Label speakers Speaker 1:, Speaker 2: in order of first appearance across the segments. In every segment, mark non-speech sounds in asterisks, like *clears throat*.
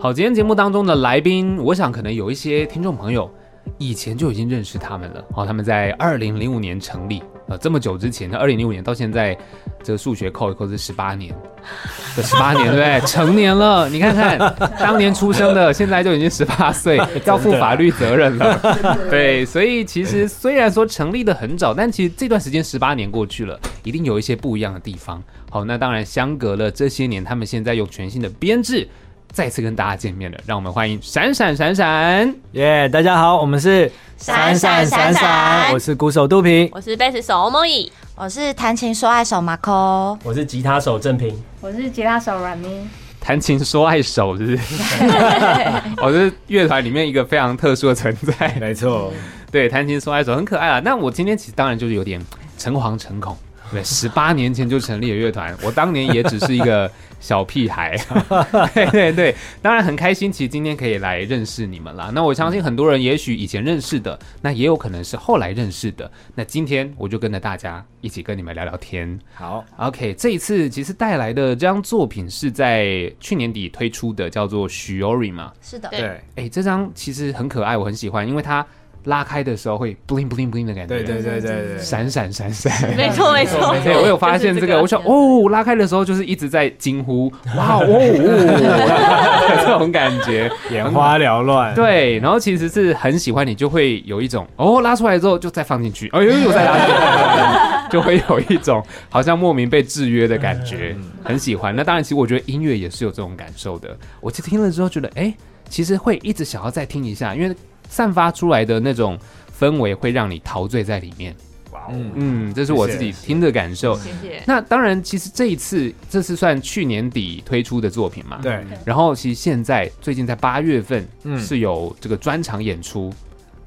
Speaker 1: 好，今天节目当中的来宾，我想可能有一些听众朋友以前就已经认识他们了。哦好、他们在二零零五年成立，呃，这么久之前，二零零五年到现在，这个数学扣一扣是十八年，这十八年对不对？成年了，你看看当年出生的，现在就已经十八岁，要负法律责任了。 *laughs* 对，所以其实虽然说成立的很早，但其实这段时间十八年过去了，一定有一些不一样的地方。好，那当然相隔了这些年，他们现在用全新的编制。再次跟大家见面了，让我们欢迎闪闪闪闪。
Speaker 2: 耶大家好，我们是
Speaker 3: 闪闪闪闪
Speaker 2: 我是鼓手杜平，
Speaker 3: 我是贝斯手欧梦怡，
Speaker 4: 我是弹琴说爱手马扣，
Speaker 5: 我是吉他手郑平，
Speaker 6: 我是吉他手阮咪，
Speaker 1: 谈情说爱手，是不是？我、是乐团里面一个非常特殊的存在。
Speaker 2: 没错，
Speaker 1: 对，谈情说爱手很可爱啊。那我今天其实当然就是有点诚惶诚恐。对，十八年前就成立了乐团，我当年也只是一个小屁
Speaker 2: *laughs*
Speaker 1: 孩。对对对，当然很开心，其实今天可以来认识你们啦。那我相信很多人也许以前认识的，那也有可能是后来认识的。那今天我就跟着大家一起跟你们聊聊天。
Speaker 2: 好，
Speaker 1: OK，这一次其实带来的这张作品是在去年底推出的，叫做《Shiori》嘛。
Speaker 4: 是的，
Speaker 3: 对
Speaker 2: 对
Speaker 1: 哎、这张其实很可爱，我很喜欢，因为它拉开的时候会 bling bling bling 的感觉，
Speaker 2: 对对对对对，
Speaker 1: 闪闪闪闪。
Speaker 3: 没
Speaker 1: *laughs*
Speaker 3: 错没错，
Speaker 1: 对，我有发现这个，我想哦，拉开的时候就是一直在惊呼，哇哦 *laughs* 哦，这种感觉，
Speaker 2: *laughs* 眼花缭乱，
Speaker 1: 对，然后其实是很喜欢你，就会有一种哦，拉出来之后就再放进去，哎 *laughs* 呦又再拉进去，就会有一种好像莫名被制约的感觉，很喜欢。那当然，其实我觉得音乐也是有这种感受的。我其实听了之后觉得，哎，其实会一直想要再听一下，因为散发出来的那种氛围会让你陶醉在里面。
Speaker 2: 嗯，
Speaker 1: 嗯，这是我
Speaker 2: 谢
Speaker 1: 自
Speaker 2: 谢
Speaker 1: 己听的感受。
Speaker 3: 谢谢。
Speaker 1: 那当然，其实这一次这是算去年底推出的作品嘛？
Speaker 2: 对，
Speaker 1: 然后其实现在最近在八月份
Speaker 2: 嗯
Speaker 1: 是有这个专场演出，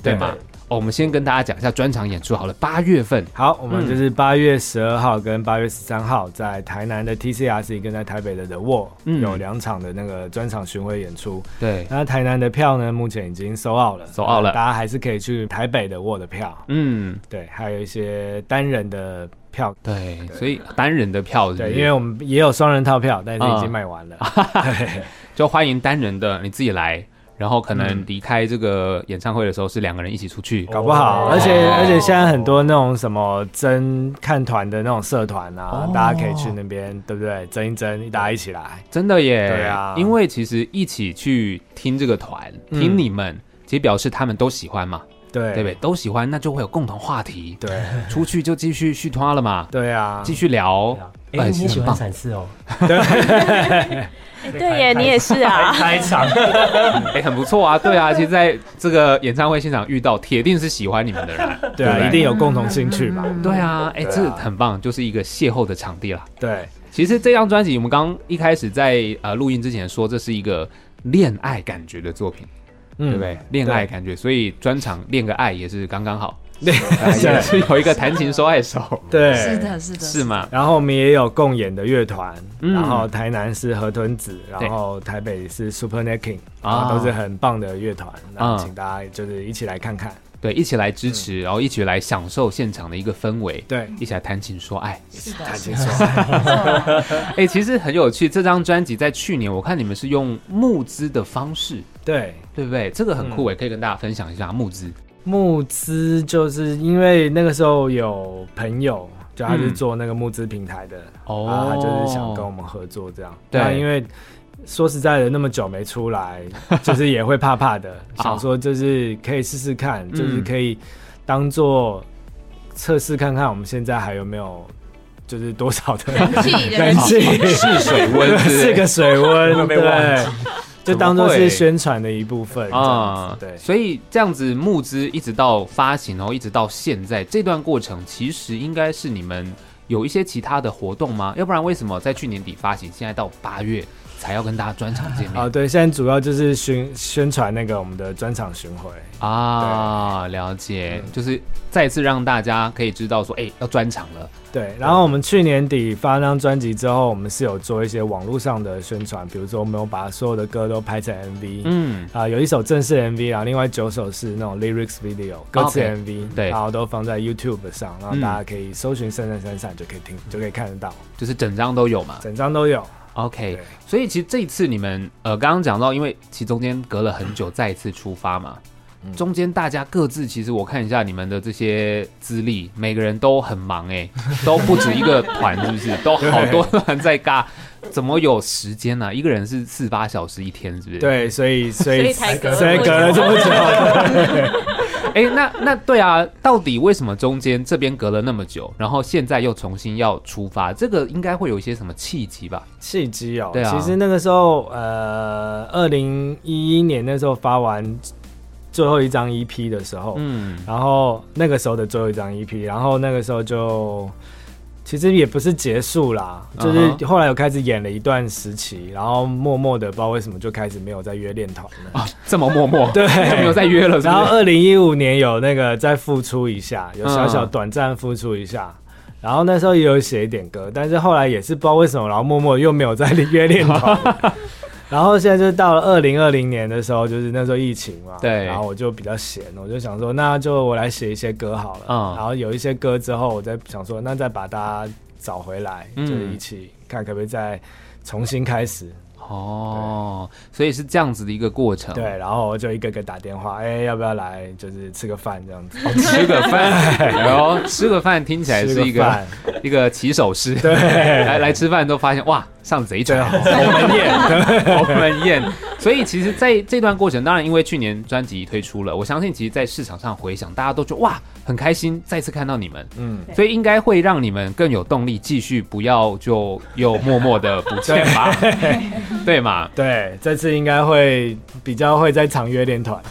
Speaker 1: 对
Speaker 2: 对
Speaker 1: 吗？哦，我们先跟大家讲一下专场演出好了。八月份
Speaker 2: 好，我们就是八月十二号跟八月十三号在台南的 TCRC 跟在台北的 The Wall
Speaker 1: 嗯
Speaker 2: 有两场的那个专场巡回演出，
Speaker 1: 对，
Speaker 2: 那台南的票呢，目前已经收 out 了，
Speaker 1: sold out 了
Speaker 2: 大家还是可以去台北的 Wall 的票，
Speaker 1: 嗯，
Speaker 2: 对，还有一些单人的票。
Speaker 1: 对，所以单人的票是不是
Speaker 2: 对，因为我们也有双人套票，但是已经卖完了。
Speaker 1: 就欢迎单人的你自己来，然后可
Speaker 2: 嗯
Speaker 1: 能离开这个演唱会的时候是两个人一起出去。
Speaker 2: 搞不
Speaker 1: 哦
Speaker 2: 好，而且而且现在很多那种什么争看团的那种社团啊，
Speaker 1: 哦
Speaker 2: 大家可以去那边，对不对？争一争，大家一起来。
Speaker 1: 真的耶，
Speaker 2: 对啊
Speaker 1: 因为其实一起去听这个团，听
Speaker 2: 嗯
Speaker 1: 你们，其实表示他们都喜欢嘛，
Speaker 2: 对
Speaker 1: 对不对？都喜欢，那就会有共同话题，
Speaker 2: 对
Speaker 1: 出去就继续续拖了
Speaker 2: *laughs*
Speaker 1: 嘛，
Speaker 2: 对啊
Speaker 1: 继！续聊。
Speaker 5: 哎、
Speaker 1: 哎
Speaker 5: 你
Speaker 1: 其
Speaker 5: 也
Speaker 1: 实
Speaker 5: 喜
Speaker 1: 很棒
Speaker 5: 欢闪四哦？
Speaker 3: 对耶，你也是啊，
Speaker 5: 开场， *laughs*
Speaker 1: *laughs* 哎、很不错啊，对啊，其实在这个演唱会现场遇到，铁定是喜欢你们的人，
Speaker 2: 对啊，
Speaker 1: 对
Speaker 2: 一定有共同兴趣嘛。
Speaker 1: 对啊，哎、
Speaker 2: 对啊
Speaker 1: 这很棒，就是一个邂逅的场地啦。
Speaker 2: 对，
Speaker 1: 其实这张专辑，我们刚一开始在呃录音之前说，这是一个恋爱感觉的作品，
Speaker 2: 嗯
Speaker 1: 对不对？恋爱感觉，所以专场恋个爱也是刚刚好，
Speaker 2: 对
Speaker 1: *laughs* 也是有一个弹琴说爱手，
Speaker 2: 对。
Speaker 4: 是。的，是的，
Speaker 1: 是吗？
Speaker 2: 然后我们也有共演的乐团，
Speaker 1: 嗯
Speaker 2: 然后台南是河豚子，
Speaker 1: 对
Speaker 2: 然后台北是 Super Necking，
Speaker 1: 啊
Speaker 2: 啊，都是很棒的乐团。那
Speaker 1: 啊
Speaker 2: 请大家就是一起来看看。
Speaker 1: 对，一起来支持，然后一起来享受现场的一个氛围，
Speaker 2: 对，
Speaker 1: 一起来弹琴说爱。
Speaker 4: 是
Speaker 2: 弹
Speaker 4: 的，
Speaker 2: 琴说爱，
Speaker 4: *laughs*
Speaker 1: 哎、其实很有趣，这张专辑在去年，我看你们是用募资的方式。
Speaker 2: 对。
Speaker 1: 对不对？这个很酷哎
Speaker 2: 嗯
Speaker 1: 诶，可以跟大家分享一下募资。
Speaker 2: 募资就是因为那个时候有朋友，就他是做那个募资平台的，
Speaker 1: 嗯哦
Speaker 2: 然后他啊就是想 *laughs* 跟我们合作这样。
Speaker 1: 对
Speaker 2: 那因为说实在的，那么久没出来，就是也会怕
Speaker 1: *laughs*
Speaker 2: 怕的， *laughs*
Speaker 1: 啊
Speaker 2: 想说就是可以试试看，就是
Speaker 1: 嗯
Speaker 2: 可以当做测试看看我们现在还有没有。就是多
Speaker 1: *laughs*
Speaker 2: 少的
Speaker 3: 人气
Speaker 2: *laughs* 人气
Speaker 1: 试水温 *laughs*
Speaker 2: 是个水温，
Speaker 5: 被忘
Speaker 2: 对，就当做
Speaker 1: 怎么会
Speaker 2: 是宣传的一部分这样
Speaker 1: 啊
Speaker 2: 子，，对。
Speaker 1: 所以这样子募资一直到发行，然后一直到现在这段过程，其实应该是你们有一些其他的活动吗？要不然为什么在去年底发行，现在到八月才要跟大家专场见
Speaker 2: 哦，
Speaker 1: 面
Speaker 2: 对，现在主要就是宣宣传那个我们的专场巡回，
Speaker 1: 啊？了解，就是再次让大家可以知道说，哎、要专场了。
Speaker 2: 对。然后我们去年底发那张专辑之后，我们是有做一些网络上的宣传，比如说我们有把所有的歌都拍成 MV，嗯，
Speaker 1: 嗯，
Speaker 2: 啊、有一首正式 MV，然后另外九首是那种 lyrics video 歌词
Speaker 1: OK，
Speaker 2: MV，、
Speaker 1: 对
Speaker 2: 然后都放在 YouTube 上，然后
Speaker 1: 嗯啊
Speaker 2: 大家可以搜寻“闪闪闪闪”就可以听，就可以看得到，
Speaker 1: 就是整张都有嘛。
Speaker 2: 整张都有。
Speaker 1: OK，
Speaker 2: 对
Speaker 1: 所以其实这一次你们呃刚刚讲到，因为其实中间隔了很久，再一次出发嘛，中间大家各自其实我看一下你们的这些资历，每个人都很忙哎、都不止一个团，是不是？都好多团在尬，怎么有时间呢、一个人是四八小时一天，是不是？。
Speaker 2: 对，所以所
Speaker 3: *laughs* 所
Speaker 2: 以
Speaker 3: 以才隔了
Speaker 2: 所
Speaker 3: 这
Speaker 2: 以
Speaker 3: 么
Speaker 2: 隔了这么久，
Speaker 1: 哎、那那对啊，到底为什么中间这边隔了那么久，然后现在又重新要出发？这个应该会有一些什么契机吧？
Speaker 2: 契机哦。
Speaker 1: 对啊
Speaker 2: 其实那个时候，呃，二零一一年那时候发完最后一张 EP 的时候，
Speaker 1: 嗯，
Speaker 2: 然后那个时候的最后一张 EP，然后那个时候就其实也不是结束啦，就
Speaker 1: 嗯
Speaker 2: 是
Speaker 1: 哼
Speaker 2: 后来有开始演了一段时期，然后默默的不知道为什么就开始没有再约练团了。
Speaker 1: 啊，这么默默， *laughs*
Speaker 2: 对
Speaker 1: 就没有再约了，是
Speaker 2: 然后
Speaker 1: 不是？
Speaker 2: 二零一五年有那个再复出一下，有小
Speaker 1: 嗯
Speaker 2: 小短暂复出一下。然后那时候也有写一点歌，但是后来也是不知道为什么，然后默默又没有再约练
Speaker 1: *laughs*
Speaker 2: 团了。然后现在就是到了二零二零年的时候，就是那时候疫情嘛，
Speaker 1: 对
Speaker 2: 然后我就比较闲，我就想说，那就我来写一些歌好了。
Speaker 1: 嗯
Speaker 2: 然后有一些歌之后，我再想说，那再把大家找回来，
Speaker 1: 嗯
Speaker 2: 就是一起看可不可以再重新开始。
Speaker 1: 哦，所以是这样子的一个过程。
Speaker 2: 对，，然后我就一个个打电话，哎、要不要来，就是吃个饭这样
Speaker 1: *laughs*
Speaker 2: 子。
Speaker 1: 吃个饭，然后吃个饭听起来是一
Speaker 2: 吃个
Speaker 1: 个
Speaker 2: 饭
Speaker 1: 一个起手式。
Speaker 2: 对，
Speaker 1: 来来吃饭都发现哇，上贼船，
Speaker 2: 对啊
Speaker 1: 鸿门宴， *laughs* 鸿门宴。所以其实在这段过程，当然因为去年专辑推出了，我相信其实，在市场上回响，大家都觉得哇，很开心，再次看到你们，
Speaker 2: 嗯，
Speaker 1: 所以应该会让你们更有动力，继续不要就又默默的不见吧， *laughs* 对嘛？
Speaker 2: 对，这次应该会比较会在长约练团，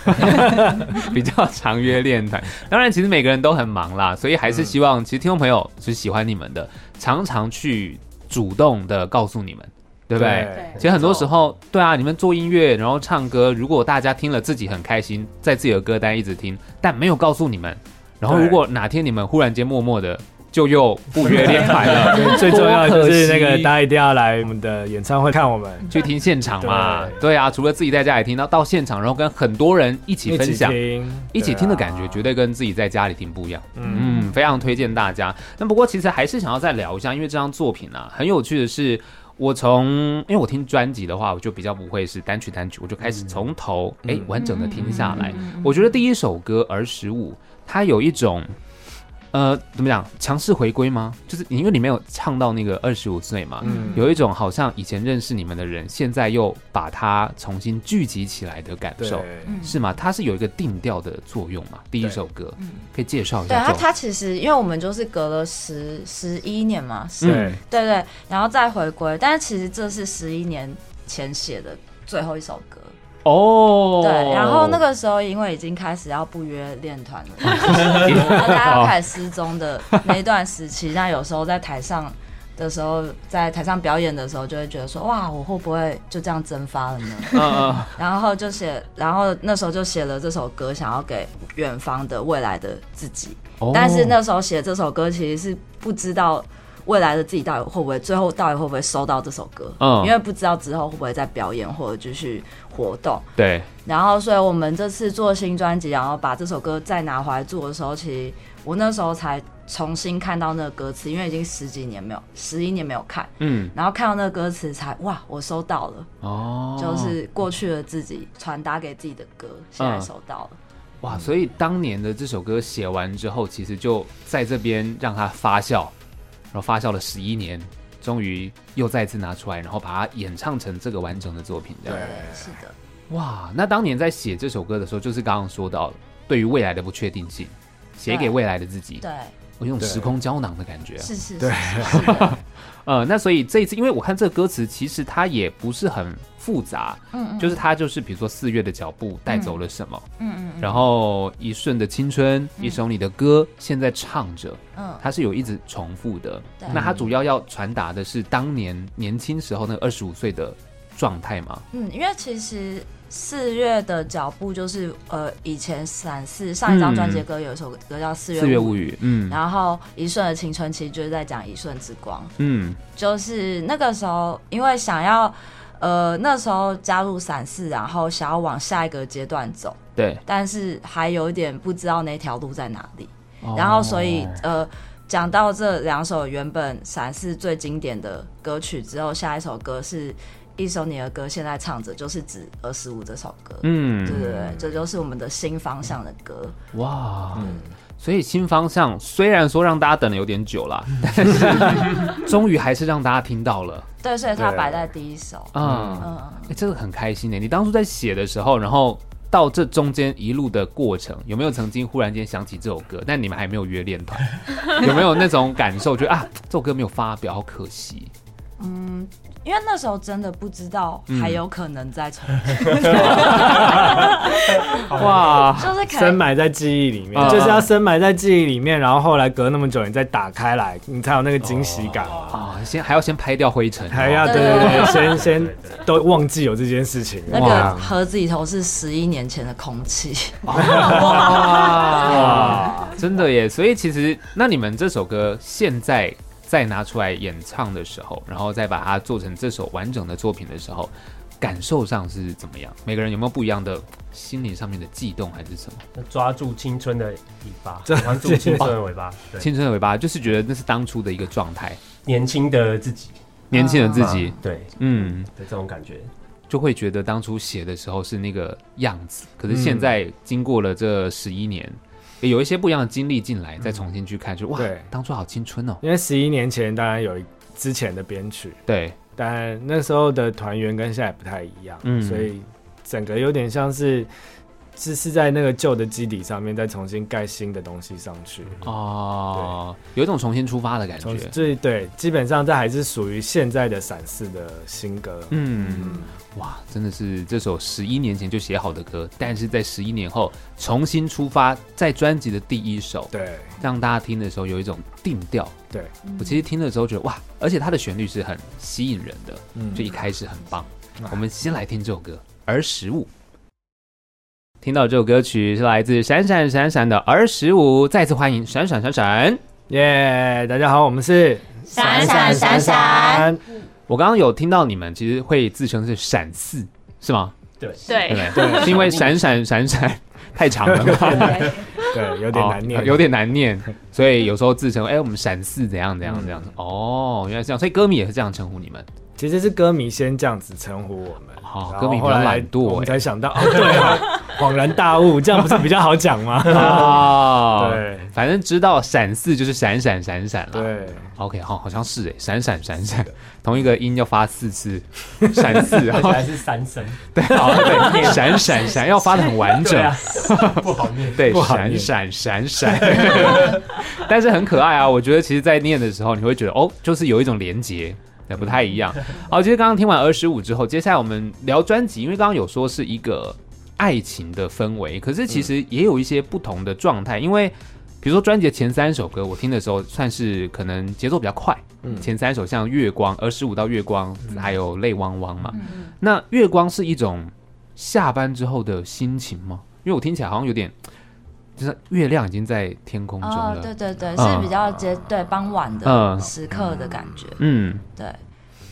Speaker 1: 比较常约练团。当然，其实每个人都很忙啦，所以还
Speaker 2: 嗯
Speaker 1: 是希望，其实听众朋友是喜欢你们的，常常去主动的告诉你们，对不对？
Speaker 2: 对
Speaker 1: 其实很多时候，对啊，你们做音乐，然后唱歌，如果大家听了自己很开心，在自己的歌单一直听，但没有告诉你们，然后
Speaker 2: 对
Speaker 1: 如果哪天你们忽然间默默的就又不
Speaker 2: *laughs*
Speaker 1: 约练团了，
Speaker 2: 对最重要的就是那
Speaker 1: 多可
Speaker 2: 个
Speaker 1: 惜
Speaker 2: 大家一定要来我们的演唱会看我们，
Speaker 1: 去听现场嘛，
Speaker 2: 对
Speaker 1: 对啊，除了自己在家里听到，到现场，然后跟很多人一起
Speaker 2: 一
Speaker 1: 分
Speaker 2: 起
Speaker 1: 享，
Speaker 2: 听，
Speaker 1: 一起听的感觉
Speaker 2: 对啊
Speaker 1: 绝对跟自己在家里听不一样。
Speaker 2: 嗯
Speaker 1: 嗯，非常推荐大家。那不过其实还是想要再聊一下，因为这张作品啊，很有趣的是，我从因为我听专辑的话，我就比较不会是单曲单曲，我就开始从头哎、
Speaker 2: 嗯
Speaker 1: 完整的听下来。我觉得第一首歌《儿时舞》，它有一种。呃，怎么讲？强势回归吗？就是你因为你没有唱到那个二十五岁嘛，
Speaker 2: 嗯
Speaker 1: 有一种好像以前认识你们的人，现在又把它重新聚集起来的感
Speaker 2: 对
Speaker 1: 受。是吗？它是有一个定调的作用嘛？第一
Speaker 2: 对
Speaker 1: 首歌可以介绍一
Speaker 4: 嗯对，
Speaker 1: 下
Speaker 4: 他
Speaker 1: 这种。
Speaker 4: 他其实因为我们就是隔了十十一年嘛，是、
Speaker 1: 嗯
Speaker 2: 对
Speaker 4: 对对，然后再回归，但是其实这是十一年前写的最后一首歌。
Speaker 1: 哦，
Speaker 4: 对，然后那个时候因为已经开始要不约练团
Speaker 1: *laughs*
Speaker 4: 了，然后大家要开始失踪的那一段时期，那有时候在台上的时候，在台上表演的时候，就会觉得说，哇，我会不会就这样蒸发了呢？
Speaker 1: *laughs* 嗯，嗯
Speaker 4: 然后就写，然后那时候就写了这首歌，想要给远方的未来的自己。
Speaker 1: 嗯
Speaker 4: *laughs* 但是那时候写这首歌，其实是不知道未来的自己到底会不会，最后到底会不会收到这首歌，
Speaker 1: 嗯
Speaker 4: 因为不知道之后会不会再表演或者继续活动。
Speaker 1: 对，
Speaker 4: 然后，所以我们这次做新专辑，然后把这首歌再拿回来做的时候，其实我那时候才重新看到那个歌词，因为已经十几年没有，十一年没有看，
Speaker 1: 嗯，
Speaker 4: 然后看到那个歌词才哇，我收到了。
Speaker 1: 哦，
Speaker 4: 就是过去的自己传达给自己的歌，现
Speaker 1: 嗯
Speaker 4: 在收到了。
Speaker 1: 哇，所以当年的这首歌写完之后，其实就在这边让它发酵，然后发酵了十一年，终于又再次拿出来，然后把它演唱成这个完整的作品，这样。
Speaker 4: 对，是的，
Speaker 1: 哇，那当年在写这首歌的时候，就是刚刚说到对于未来的不确定性，写给
Speaker 4: 对
Speaker 1: 未来的自己，
Speaker 4: 对，
Speaker 1: 有一种
Speaker 2: 对
Speaker 1: 时空胶囊的感觉。啊
Speaker 4: 是是
Speaker 2: 对
Speaker 4: 是是的，
Speaker 1: 呃，那所以这一次，因为我看这个歌词，其实它也不是很复杂，
Speaker 4: 嗯
Speaker 1: 就是它就是比如说四月的脚步带走了什么，
Speaker 4: 嗯嗯
Speaker 1: 然后一瞬的青春，一首你的歌，现在唱着，
Speaker 4: 嗯
Speaker 1: 它是有一直重复的。
Speaker 4: 对
Speaker 1: 那它主要要传达的是当年年轻时候那二十五岁的状态嘛？
Speaker 4: 嗯，因为其实四月的脚步就是呃，以前闪四上一张专辑的歌有一首歌叫《嗯四
Speaker 1: 四月
Speaker 4: 月
Speaker 1: 物
Speaker 4: 语》，
Speaker 1: 语，嗯
Speaker 4: 然后一瞬的青春其实就是在讲一瞬之光，
Speaker 1: 嗯，
Speaker 4: 就是那个时候因为想要。呃，那时候加入闪四，然后想要往下一个阶段走，
Speaker 1: 对。哦
Speaker 4: 但是还有一点不知道那条路在哪里。然后所以、呃，讲到这两首原本闪是最经典的歌曲之后，下一首歌是一首你的歌，现在唱着就是指《二十五》这首歌。
Speaker 1: 嗯
Speaker 4: 对对对，这就是我们的新方向的歌。
Speaker 1: 哇，
Speaker 4: 嗯
Speaker 1: 所以新方向虽然说让大家等的有点久了，但
Speaker 4: *laughs*
Speaker 1: 是终于还是让大家听到了
Speaker 4: 对，所以它
Speaker 2: 对
Speaker 4: 摆在第一首。
Speaker 1: 啊、嗯
Speaker 4: 嗯，
Speaker 1: 欸，这个很开心呢。你当初在写的时候，然后到这中间一路的过程，有没有曾经忽然间想起这首歌？但你们还没有约练团，有没有那种感受？觉得啊，这首歌没有发表，好可惜。
Speaker 4: 因为那时候真的不知道还有可能再重来，
Speaker 1: 哇，
Speaker 4: 就是可
Speaker 2: 深
Speaker 4: 能
Speaker 2: 埋在记忆里面，
Speaker 1: 啊
Speaker 2: 就是要深埋在记忆里面，然后后来隔那么久你再打开来，你才有那个惊喜感嘛。
Speaker 1: 啊，先还要先拍掉灰尘，
Speaker 2: 还要
Speaker 4: 对
Speaker 2: 对
Speaker 4: 对
Speaker 2: 对对，先先都忘记有这件事情了。
Speaker 4: 那
Speaker 1: 哇
Speaker 4: 个盒子里头是十一年前的空气。
Speaker 1: *laughs* 哇，真的耶！所以其实，那你们这首歌现在再拿出来演唱的时候，然后再把它做成这首完整的作品的时候，感受上是怎么样？每个人有没有不一样的心理上面的悸动，还是什么？
Speaker 5: 抓住青春的尾巴，抓住青春的尾巴，对，
Speaker 1: 青春的尾巴，就是觉得那是当初的一个状态，
Speaker 5: 年轻的自己，
Speaker 1: 年轻人自己，
Speaker 5: 对
Speaker 1: 嗯，
Speaker 5: 的这种感觉，
Speaker 1: 就会觉得当初写的时候是那个样子，可是现在经过了这十一年。也有一些不一样的经历进来，再重新去看，就哇
Speaker 2: 对，
Speaker 1: 当初好青春哦！
Speaker 2: 因为十一年前当然有一之前的编曲，
Speaker 1: 对，
Speaker 2: 但那时候的团员跟现在不太一样，
Speaker 1: 嗯
Speaker 2: 所以整个有点像是是是在那个旧的基底上面再重新盖新的东西上去。
Speaker 1: 哦，有一种重新出发的嗯感
Speaker 2: 从
Speaker 1: 觉。
Speaker 2: 最对，基本上这还是属于现在的闪四的新歌。
Speaker 1: 嗯，哇，真的是这首十一年前就写好的歌，但是在十一年后重新出发，在专辑的第一首，
Speaker 2: 对
Speaker 1: 让大家听的时候有一种定调。
Speaker 2: 对，
Speaker 1: 我其实听的时候觉得哇，而且它的旋律是很吸引人的，
Speaker 2: 嗯
Speaker 1: 就一开始很棒。我们先来听这首歌《儿时物》。听到这首歌曲是来自闪闪闪闪的《儿时舞》，再次欢迎闪闪闪闪。
Speaker 2: 耶大家好，我们是
Speaker 3: 闪闪闪闪，
Speaker 1: 我刚刚有听到你们其实会自称是闪四，是吗？
Speaker 5: 对，
Speaker 1: 对
Speaker 3: 对，
Speaker 1: 不对？是因为闪闪闪闪太长了嘛， *laughs*
Speaker 2: 对，有
Speaker 1: 有
Speaker 2: 点难念，
Speaker 1: 哦有点难念，所以有时候自称哎，我们闪四怎样怎样怎样。哦，原来是这样，所以歌迷也是这样称呼你们。
Speaker 2: 其实是歌迷先这样子称呼我们，
Speaker 1: 好哦
Speaker 2: 然
Speaker 1: 歌
Speaker 2: 后
Speaker 1: 迷比较
Speaker 2: 后来
Speaker 1: 懒惰
Speaker 2: 我们
Speaker 1: 欸
Speaker 2: 才想到，哦，对啊，恍然大悟，这样不是比较好讲吗？
Speaker 1: *laughs* 哦，
Speaker 2: 对
Speaker 1: 反正知道闪四就是闪闪闪闪了。
Speaker 2: 对，
Speaker 1: OK，好，好像是哎，闪闪闪闪，同一个音要发四次，闪四，
Speaker 5: 而且
Speaker 1: 好
Speaker 5: 还是三声，
Speaker 1: 对， *laughs* 好对，闪闪闪要发的很完整
Speaker 5: 对。
Speaker 2: *laughs*
Speaker 5: 啊，不好念，
Speaker 1: 对，
Speaker 2: 不好念
Speaker 1: 闪闪闪闪， *laughs* 但是很可爱啊！我觉得其实，在念的时候，你会觉得哦，就是有一种连结，那不太一样。好，其实刚刚听完二十五之后，接下来我们聊专辑，因为刚刚有说是一个爱情的氛围，可是
Speaker 2: 嗯
Speaker 1: 其实也有一些不同的状态，因为。比如说专辑的前三首歌，我听的时候算是可能节奏比较快，
Speaker 2: 嗯
Speaker 1: 前三首像《月光》、《二十五》到《月光》，还有《泪汪汪》
Speaker 4: 嗯
Speaker 1: 嘛。那《月光》是一种下班之后的心情吗？因为我听起来好像有点，就是月亮已经在天空中
Speaker 4: 哦
Speaker 1: 了。，
Speaker 4: 对对对，
Speaker 1: 嗯
Speaker 4: 是比较接对傍晚的
Speaker 1: 嗯
Speaker 4: 时刻的感觉。
Speaker 1: 嗯，
Speaker 4: 对，哦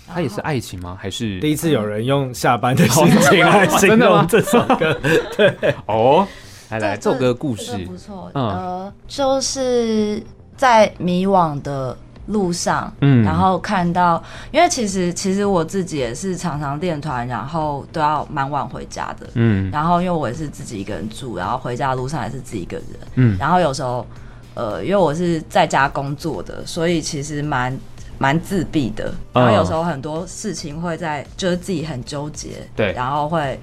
Speaker 1: 它也是爱情吗？还是
Speaker 2: 第一次有人用下班的心情来形
Speaker 1: 真的吗
Speaker 2: 容这首歌，
Speaker 1: 哦？来来，这
Speaker 4: 这
Speaker 1: 首歌故
Speaker 4: 这个
Speaker 1: 事
Speaker 4: 不，错，
Speaker 1: 嗯
Speaker 4: 呃，就是在迷惘的路上，
Speaker 1: 嗯
Speaker 4: 然后看到，因为其实其实我自己也是常常练团，然后都要蛮晚回家的，
Speaker 1: 嗯
Speaker 4: 然后因为我也是自己一个人住，然后回家的路上也是自己一个人，
Speaker 1: 嗯
Speaker 4: 然后有时候，呃，因为我是在家工作的，所以其实蛮蛮自闭的。
Speaker 1: 嗯
Speaker 4: 然后有时候很多事情会在，就是自己很纠结，
Speaker 1: 对
Speaker 4: 然后会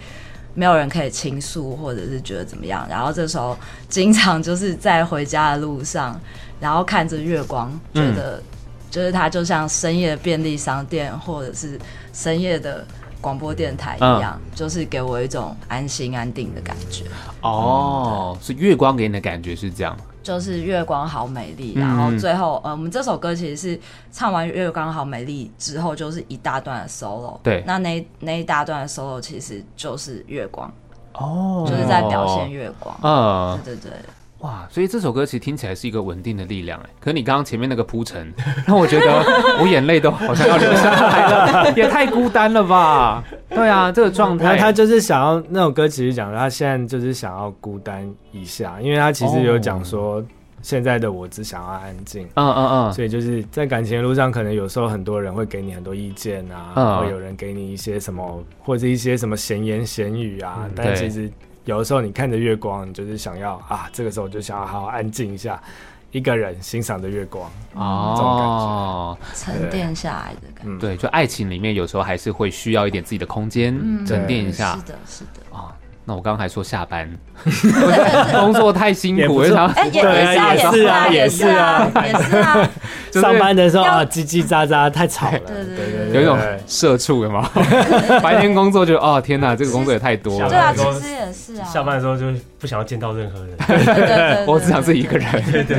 Speaker 4: 没有人可以倾诉，或者是觉得怎么样。然后这时候经常就是在回家的路上，然后看着月光，觉
Speaker 1: 嗯
Speaker 4: 得、就是它就像深夜的便利商店，或者是深夜的。广播电台
Speaker 1: 嗯
Speaker 4: 一样，就是给我一种安心安定的感觉。
Speaker 1: 哦，是月光给你的感觉是这样，
Speaker 4: 就是月光好美丽，
Speaker 1: 嗯
Speaker 4: 然后最后呃，我们这首歌其实是唱完月光好美丽之后，就是一大段的 solo。
Speaker 1: 对
Speaker 4: 那那一那一大段的 solo 其实就是月光，
Speaker 1: 哦
Speaker 4: 就是在表现。月光。
Speaker 1: 嗯，
Speaker 4: 对对对，
Speaker 1: 哇！所以这首歌其实听起来是一个稳定的力量，哎。可是你刚刚前面那个铺陈， *laughs* 让我觉得我眼泪都好像要流下来了，也太孤单了吧？对啊，这个状
Speaker 2: 然后
Speaker 1: 态，
Speaker 2: 他就是想要
Speaker 1: 哦
Speaker 2: 那首歌，其实讲他现在就是想要孤单一下，因为他其实有讲说。现在的我只想要安静。
Speaker 1: 嗯嗯嗯，
Speaker 2: 所以就是在感情的路上，可能有时候很多人会给你很多意见啊，
Speaker 1: 嗯
Speaker 2: 会有人给你一些什么，或者一些什么闲言闲语啊。
Speaker 1: 嗯
Speaker 2: 但
Speaker 1: 对
Speaker 2: 其实有的时候你看着月光，你就是想要啊，这个时候就想要好好安静一下，一个人欣赏着月光。这种感
Speaker 1: 哦，
Speaker 4: 沉淀下来的感觉。
Speaker 2: 嗯，，
Speaker 1: 对，就爱情里面有时候还是会需要一点自己的空间，嗯沉淀一下
Speaker 4: 嗯是。的，是
Speaker 1: *laughs*
Speaker 4: 的。
Speaker 1: 啊。那我刚刚还说下班，工作太辛苦，我就想
Speaker 4: 哎，也
Speaker 2: 对
Speaker 4: 也是
Speaker 2: 啊
Speaker 4: 啊，
Speaker 2: 也
Speaker 4: 也
Speaker 2: 是
Speaker 4: 是
Speaker 2: 啊
Speaker 4: 啊，也
Speaker 2: 也是
Speaker 4: 啊，也是啊。
Speaker 1: 就是
Speaker 2: 上班的时候啊，
Speaker 4: 要
Speaker 2: 叽叽喳喳太吵了，
Speaker 4: 对对
Speaker 2: 对
Speaker 4: 对
Speaker 1: 有一种
Speaker 2: 对
Speaker 1: 社畜的嘛。白天工作就哦天哪，这个工作也太多
Speaker 5: 下
Speaker 4: 对
Speaker 1: 了，
Speaker 4: 啊，
Speaker 1: *laughs*
Speaker 5: 班的
Speaker 4: 其
Speaker 5: 时候
Speaker 4: 实也是啊。
Speaker 5: 下班的时候就不想要见到任何人，
Speaker 4: 对，对对对
Speaker 1: 我只想自己一个人。
Speaker 4: 对对对，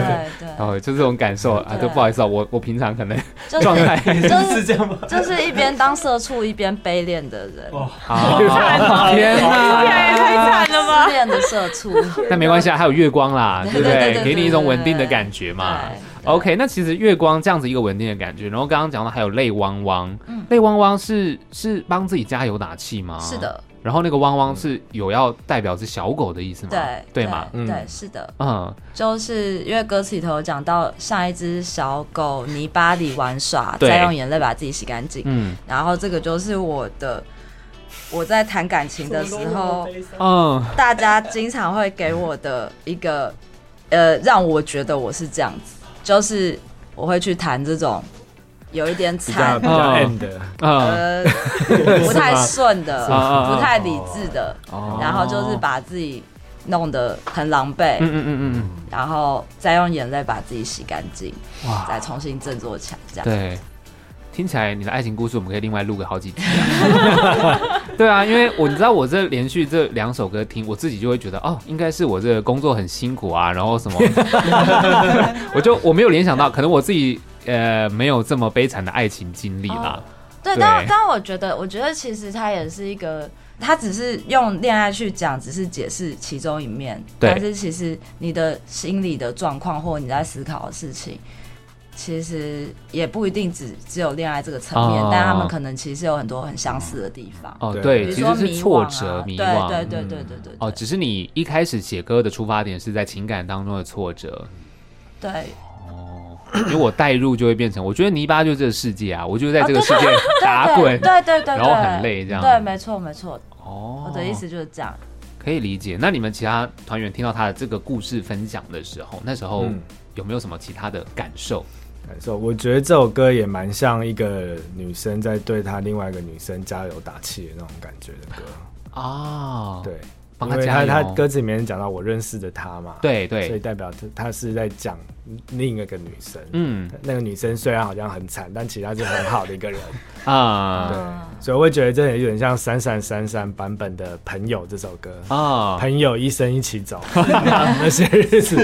Speaker 1: 然后就这种感受啊，
Speaker 4: 对
Speaker 1: 就不好意思啊，我我平常可能
Speaker 4: 就
Speaker 1: 状
Speaker 4: 是
Speaker 1: 态
Speaker 5: *laughs*
Speaker 4: 就是
Speaker 5: 这样吗？
Speaker 4: 就是一边当社畜一边悲恋的人，
Speaker 1: 啊， *laughs* 天哪，
Speaker 4: 太了吧！失恋的社 *laughs* 畜，
Speaker 1: 但没关系啊，还有月光啦，对不
Speaker 4: 对对
Speaker 1: 对？
Speaker 4: 对
Speaker 1: 给你一种
Speaker 4: 对对
Speaker 1: 稳定的
Speaker 4: 对
Speaker 1: 感觉嘛。
Speaker 4: 对
Speaker 1: OK，那其实月光这样子一个稳定的感觉，然后刚刚讲到还有泪汪汪，泪汪汪是是帮自己加油打气吗？
Speaker 4: 嗯是。的，
Speaker 1: 然后那个汪汪是有要代表是小狗的意思吗？
Speaker 4: 对
Speaker 1: 对嘛，
Speaker 2: 嗯
Speaker 4: 对，是的，
Speaker 1: 嗯，
Speaker 4: 就是因为歌词里头有讲到，像一只小狗泥巴里玩耍，
Speaker 1: 对
Speaker 4: 再用眼泪把自己洗干净。
Speaker 1: 嗯
Speaker 4: 然后这个就是我的，我在谈感情的时候，
Speaker 1: 嗯，
Speaker 4: 大家经常会给我的一个，呃，让我觉得我是这样子，就是我会去谈这种有一点
Speaker 2: 比较
Speaker 4: 惨
Speaker 2: 比，较
Speaker 1: 哦
Speaker 2: end 的。
Speaker 1: 嗯 *laughs*
Speaker 4: 呃，不太顺的，
Speaker 1: 是吗啊
Speaker 4: 不太理智的，
Speaker 1: 哦
Speaker 4: 然后就是把自己弄得很狼狈，
Speaker 1: 嗯嗯嗯嗯嗯，
Speaker 4: 然后再用眼泪把自己洗干净，
Speaker 1: 哇，
Speaker 4: 再重新振作起来，这样。
Speaker 1: 对，听起来你的爱情故事我们可以另外录个好几集、啊。对啊，因为我你知道我这连续这两首歌听，我自己就会觉得哦，应该是我这个工作很辛苦啊，然后什么，我就我没有联想到，可能我自己呃没有这么悲惨的爱情经历啦。
Speaker 4: 对，
Speaker 1: 对
Speaker 4: 但但我觉得，我觉得其实它也是一个，它只是用恋爱去讲，只是解释其中一面，
Speaker 1: 对
Speaker 4: 但是其实你的心理的状况或你在思考的事情。其实也不一定只只有恋爱这个层面，
Speaker 1: 哦
Speaker 4: 但他们可能其实有很多很相似的地方，
Speaker 1: 哦，
Speaker 2: 对
Speaker 1: 对，
Speaker 4: 比
Speaker 1: 其
Speaker 4: 如说
Speaker 1: 实
Speaker 4: 迷惘
Speaker 1: 是
Speaker 4: 啊
Speaker 1: 挫折、迷惘。
Speaker 4: 对对对对对对对。
Speaker 1: 哦，只是你一开始写歌的出发点是在情感当中的挫折，哦
Speaker 4: 对，
Speaker 1: 因为我代入就会变成，我觉得泥巴就是这个世界啊，我就是在这个世界 *laughs* 打滚，
Speaker 4: 对对对
Speaker 1: *laughs*
Speaker 4: 对，
Speaker 1: 然后很累这样
Speaker 4: 对，没错没错，
Speaker 1: 哦，
Speaker 4: 我的意思就是这样。
Speaker 1: 可以理解。那你们其他团员听到他的这个故事分享的时候，那时候
Speaker 2: 嗯
Speaker 1: 有没有什么其他的感受？
Speaker 2: 感受。我觉得这首歌也蛮像一个女生在对她另外一个女生加油打气的那种感觉的歌，
Speaker 1: 哦，
Speaker 2: 啊对，
Speaker 1: 帮
Speaker 2: 因
Speaker 1: 他
Speaker 2: 为
Speaker 1: 加
Speaker 2: 她
Speaker 1: 油。
Speaker 2: 她歌词里面讲到我认识的她嘛，，
Speaker 1: 对
Speaker 2: 所以
Speaker 1: 对，
Speaker 2: 代表她她是在讲另一个女生，
Speaker 1: 嗯
Speaker 2: 那个女生虽然好像很惨，但其实她是很好的一个人，
Speaker 1: *laughs* 啊
Speaker 2: 对，所以我会觉得这有点像闪闪闪闪版本的《朋友》这首歌。
Speaker 1: 啊，
Speaker 2: 朋友一生一起走， *laughs* 那些日子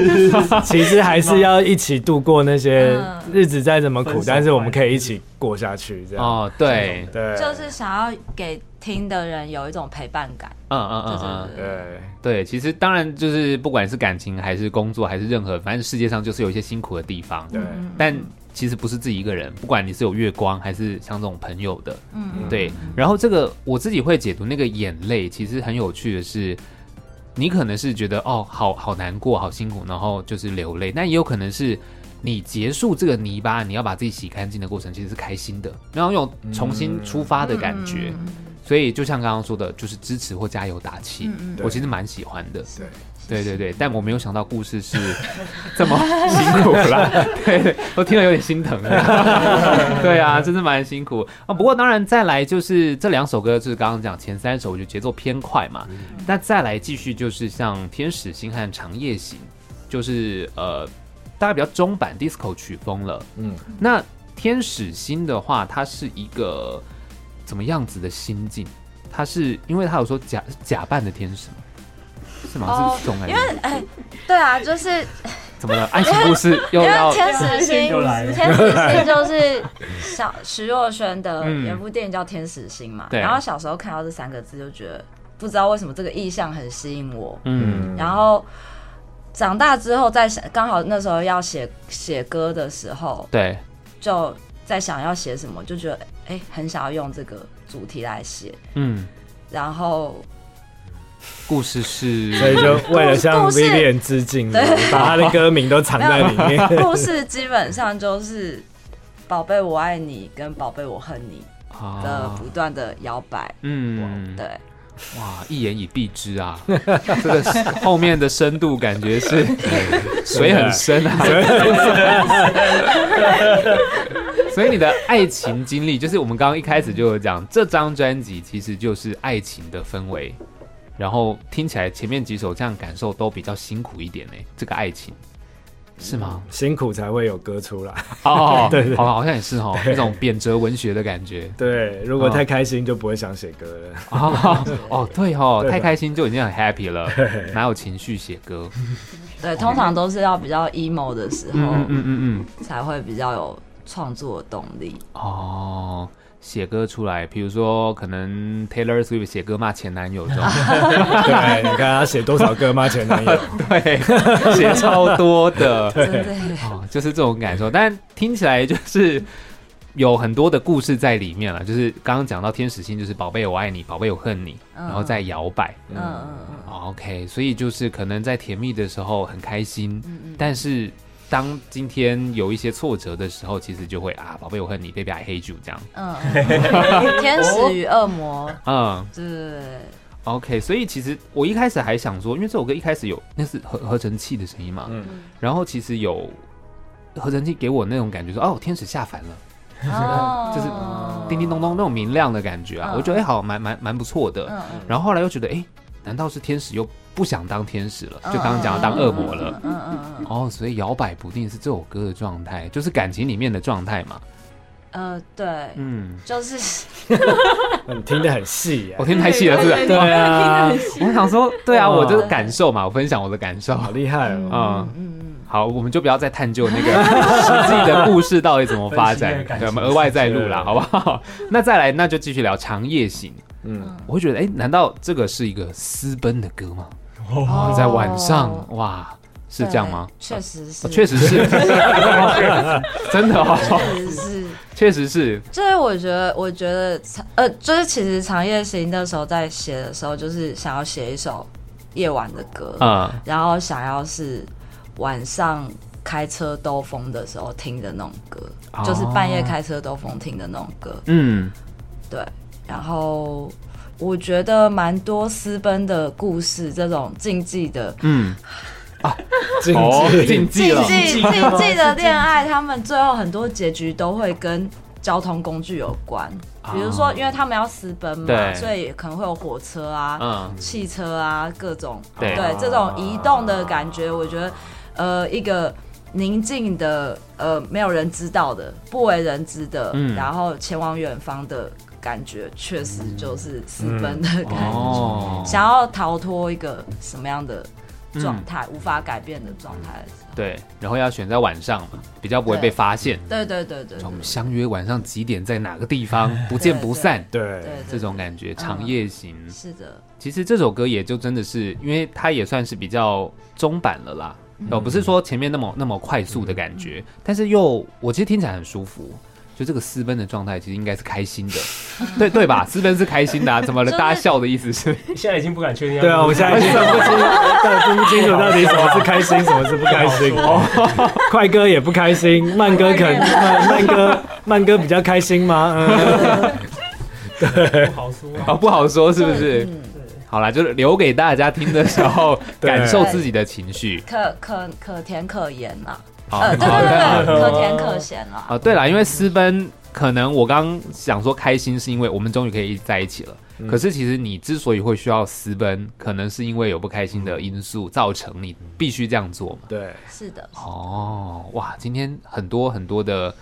Speaker 2: 其实还是要一起度过那些
Speaker 4: 嗯
Speaker 2: 日子，再怎么苦
Speaker 5: 分，手
Speaker 2: 但是我们可以一起过下去，这样。
Speaker 1: 哦，对，
Speaker 2: 对，
Speaker 4: 就是想要给听的人有一种陪伴感。
Speaker 1: 嗯嗯嗯
Speaker 4: 对
Speaker 1: 嗯，
Speaker 4: 对
Speaker 2: 对，
Speaker 1: 对，其实当然就是不管是感情还是工作还是任何，反正世界上就是有一些辛苦的地方，
Speaker 2: 对
Speaker 1: 但其实不是自己一个人，不管你是有月光还是像这种朋友的，
Speaker 4: 嗯，
Speaker 1: 对，然后这个我自己会解读那个眼泪，其实很有趣的是，你可能是觉得哦，好好难过，好辛苦，然后就是流泪，但也有可能是你结束这个泥巴，你要把自己洗干净的过程，其实是开心的，然后有重新出发的感觉。
Speaker 4: 嗯
Speaker 1: 所以就像刚刚说的，就是支持或加油打气，
Speaker 4: 嗯
Speaker 1: 我其实蛮喜欢的。
Speaker 2: 对，
Speaker 1: 对对对，但我没有想到故事是这么辛苦
Speaker 4: *laughs*
Speaker 1: 啦，对对，我听了有点心疼的。对啊，真是蛮辛苦啊。不过当然再来就是这两首歌，就是刚刚讲前三首，我觉得节奏偏快嘛。
Speaker 4: 嗯
Speaker 1: 那再来继续就是像《天使心》和《长夜行》，就是呃，大概比较中版 disco 曲风了。嗯
Speaker 2: 嗯，
Speaker 1: 那《天使心》的话，它是一个怎么样子的心境？它是因为它有说假假扮的天使吗？是吗？
Speaker 4: 哦
Speaker 1: 是这种感觉
Speaker 4: 因为哎、对啊，就是
Speaker 1: 怎么了？爱情故
Speaker 4: *laughs*
Speaker 1: 事又
Speaker 4: 因为
Speaker 1: 要
Speaker 4: 天使心
Speaker 5: 又来，了
Speaker 4: 天使心就是小徐若瑄的
Speaker 1: 嗯
Speaker 4: 有一部电影叫《天使心》嘛，
Speaker 1: 对
Speaker 4: 然后小时候看到这三个字就觉得不知道为什么这个意象很吸引我，
Speaker 1: 嗯
Speaker 4: 然后长大之后再想，刚好那时候要写写歌的时候，
Speaker 1: 对
Speaker 4: 就在想要写什么，就觉得
Speaker 1: *laughs*
Speaker 4: 哎、很想要用这个主题来写，
Speaker 1: 嗯
Speaker 4: 然后
Speaker 1: 故事是，
Speaker 2: 所以就为了向
Speaker 4: 故事
Speaker 2: Vivian 致敬，
Speaker 4: 对
Speaker 2: 把他的歌名都藏在里
Speaker 4: *laughs*
Speaker 2: 面。
Speaker 4: 故事基本上就是“宝贝我爱你”跟“宝贝我恨你”的
Speaker 1: 啊
Speaker 4: 不断的摇摆。
Speaker 1: 嗯，
Speaker 4: 对，
Speaker 1: 哇，一言以蔽之啊，这个是后面的深度感觉是水很深
Speaker 2: *laughs*
Speaker 1: 啊。所以你的爱情经历，就是我们刚刚一开始就有讲，这张专辑其实就是爱情的氛围。然后听起来前面几首这样感受都比较辛苦一点呢，这个爱情是吗？
Speaker 2: 辛苦才会有歌出来。
Speaker 1: 哦，
Speaker 2: *laughs* 对对
Speaker 1: 好，好像也是哦，那种贬谪文学的感觉。
Speaker 2: 对，如果
Speaker 1: 哦
Speaker 2: 太开心就不会想写歌了。
Speaker 1: 哦哦，对哦，
Speaker 2: 对吧
Speaker 1: 太开心就已经很 happy 了，哪有情绪写歌？
Speaker 4: 对，通常都是要比较 emo 的时
Speaker 1: 嗯嗯
Speaker 4: 候
Speaker 1: 嗯嗯嗯，
Speaker 4: 才会比较有创作的动
Speaker 1: *laughs*
Speaker 4: 力。
Speaker 1: 哦，写歌出来，比如说可能 Taylor Swift 写歌骂前男友 *laughs* 这种，
Speaker 2: 对，你看他写多少歌吗？前
Speaker 1: *laughs*
Speaker 2: 男友
Speaker 1: 对，写超多 *laughs* 的，
Speaker 4: 真的耶，
Speaker 1: 哦，就是这种感受。但听起来就是有很多的故事在里面了，就是刚刚讲到天使星，就是宝贝我爱你，宝贝我恨你，
Speaker 4: 嗯
Speaker 1: 然后再摇摆，
Speaker 4: 嗯嗯嗯，
Speaker 1: 哦 OK，所以就是可能在甜蜜的时候很开心，但是当今天有一些挫折的时候，其实就会啊，宝贝，我恨你，baby I hate you 这样。
Speaker 4: 嗯嗯，天使与恶魔，
Speaker 1: 嗯
Speaker 4: 对，
Speaker 1: ，OK，所以其实我一开始还想说，因为这首歌一开始有那是合合成器的声音嘛，
Speaker 2: 嗯
Speaker 1: 然后其实有合成器给我那种感觉说，哦，天使下凡了，
Speaker 4: 哦
Speaker 1: *laughs* 就是嗯叮叮咚咚那种明亮的感觉啊，
Speaker 4: 嗯
Speaker 1: 我觉得哎、好，蛮蛮蛮不错的。
Speaker 4: 嗯嗯
Speaker 1: 然后后来又觉得，哎、难道是天使又不想当天使了，
Speaker 4: 嗯
Speaker 1: 就刚刚讲要当恶魔了？
Speaker 4: 嗯嗯嗯，
Speaker 1: 哦，所以摇摆不定是这首歌的状态，就是感情里面的状态嘛。
Speaker 4: 呃，对，
Speaker 1: 嗯，
Speaker 4: 就是
Speaker 2: 你嗯听得很细耶
Speaker 1: 我，听太细了，是不是？
Speaker 2: 对啊，
Speaker 1: 我想说，对啊，
Speaker 2: 哇
Speaker 1: 我就是感受嘛，我分享我的感受。
Speaker 2: 好厉害
Speaker 1: 嗯，
Speaker 2: 哦！
Speaker 4: 嗯嗯
Speaker 1: 好，我们就不要再探究那个实际的故事到底怎么发
Speaker 5: 分析那
Speaker 4: *laughs*
Speaker 1: 展
Speaker 5: 个，感
Speaker 1: 对，
Speaker 5: 情
Speaker 1: 我们额外再录啦，
Speaker 2: 对
Speaker 1: 好不好？ *laughs* 那再来，那就继续聊《长夜行》。
Speaker 2: 嗯，
Speaker 1: 我会觉得，哎，难道这个是一个私奔的歌吗？
Speaker 5: 哦，
Speaker 4: 哦
Speaker 1: 在晚上，哇，是这样吗？
Speaker 4: 对确实是，
Speaker 1: 哦确实
Speaker 4: *laughs*
Speaker 1: 是，真的哦，
Speaker 4: 确实是。
Speaker 1: 确实是，
Speaker 4: 就是我觉得，我觉得长，呃，就是其实《长夜行》那时候在写的时候，就是想要写一首夜晚的歌，
Speaker 1: 嗯，
Speaker 4: 然后想要是晚上开车兜风的时候听的那种歌，
Speaker 1: 哦
Speaker 4: 就是半夜开车兜风听的那种歌。
Speaker 1: 嗯，
Speaker 4: 对，然后我觉得蛮多私奔的故事，这种禁忌的。
Speaker 1: 嗯，
Speaker 2: 禁
Speaker 1: 哦，
Speaker 2: 忌
Speaker 1: 禁忌
Speaker 4: 禁
Speaker 1: 了，
Speaker 4: 忌
Speaker 1: *laughs*
Speaker 4: 禁忌的恋爱，他们最后很多结局都会跟交通工具有关，比如说，因为他们要私奔嘛，
Speaker 1: 啊对
Speaker 4: 所以可能会有火车啊、
Speaker 1: 嗯，
Speaker 4: 汽车啊各种，
Speaker 1: 对
Speaker 4: 这种移动的感觉，我觉得，呃，一个宁静的，呃，没有人知道的、不为人知的，
Speaker 1: 嗯
Speaker 4: 然后前往远方的感觉，确实就是私奔的感觉，
Speaker 1: 嗯哦，
Speaker 4: 想要逃脱一个什么样的
Speaker 1: 嗯
Speaker 4: 状态，无法改变的状态的时候。
Speaker 1: 对，然后要选在晚上嘛，比较不会被发现。
Speaker 4: 对对对对
Speaker 1: 然后
Speaker 4: 对
Speaker 1: 我们相约晚上几点在哪个地
Speaker 4: *laughs*
Speaker 1: 方，不见不散，
Speaker 4: 对
Speaker 2: 对，
Speaker 4: 对，嗯
Speaker 1: 这种感觉，长夜行。
Speaker 4: 是的，
Speaker 1: 其实这首歌也就真的是，因为它也算是比较中版了啦，
Speaker 4: 嗯
Speaker 1: 哦，不是说前面那么那么快速的感觉，但是又我其实听起来很舒服。就这个私奔的状态，其实应该是开心的， *laughs* 对对吧？私奔是开心
Speaker 4: *laughs*
Speaker 1: 的、啊，怎么了？
Speaker 4: 就是
Speaker 1: 大家笑的意思是，
Speaker 5: 现在已经不敢确定要。
Speaker 2: 对啊，我
Speaker 5: *laughs*
Speaker 2: 现在已经分不清，对，分不清楚到底什么是开心，什么是不开 *laughs* 心。快歌也不开 *laughs* 心，慢歌可能慢慢歌慢歌比较开心吗？嗯，
Speaker 5: 不好说啊。
Speaker 1: 哦，不好说是不是？
Speaker 4: 嗯，
Speaker 1: 好啦，就是留给大家听的时
Speaker 4: *laughs*
Speaker 1: 候，
Speaker 2: 对
Speaker 1: 感受自己的情绪。
Speaker 4: 可可可甜可盐啦，
Speaker 1: 好，
Speaker 4: 呃，对
Speaker 1: 好
Speaker 4: 对对
Speaker 1: 的
Speaker 4: 对，可甜可咸啦，
Speaker 1: 啊，对啦，因为私奔，可能我刚想说开心，是因为我们终于可以在一起了。可是其实你之所以会需要私奔，可能是因为有不开心的因素造成你必须这样做嘛。
Speaker 2: 对，
Speaker 4: 是的，
Speaker 1: 哦，哇，今天很多很多的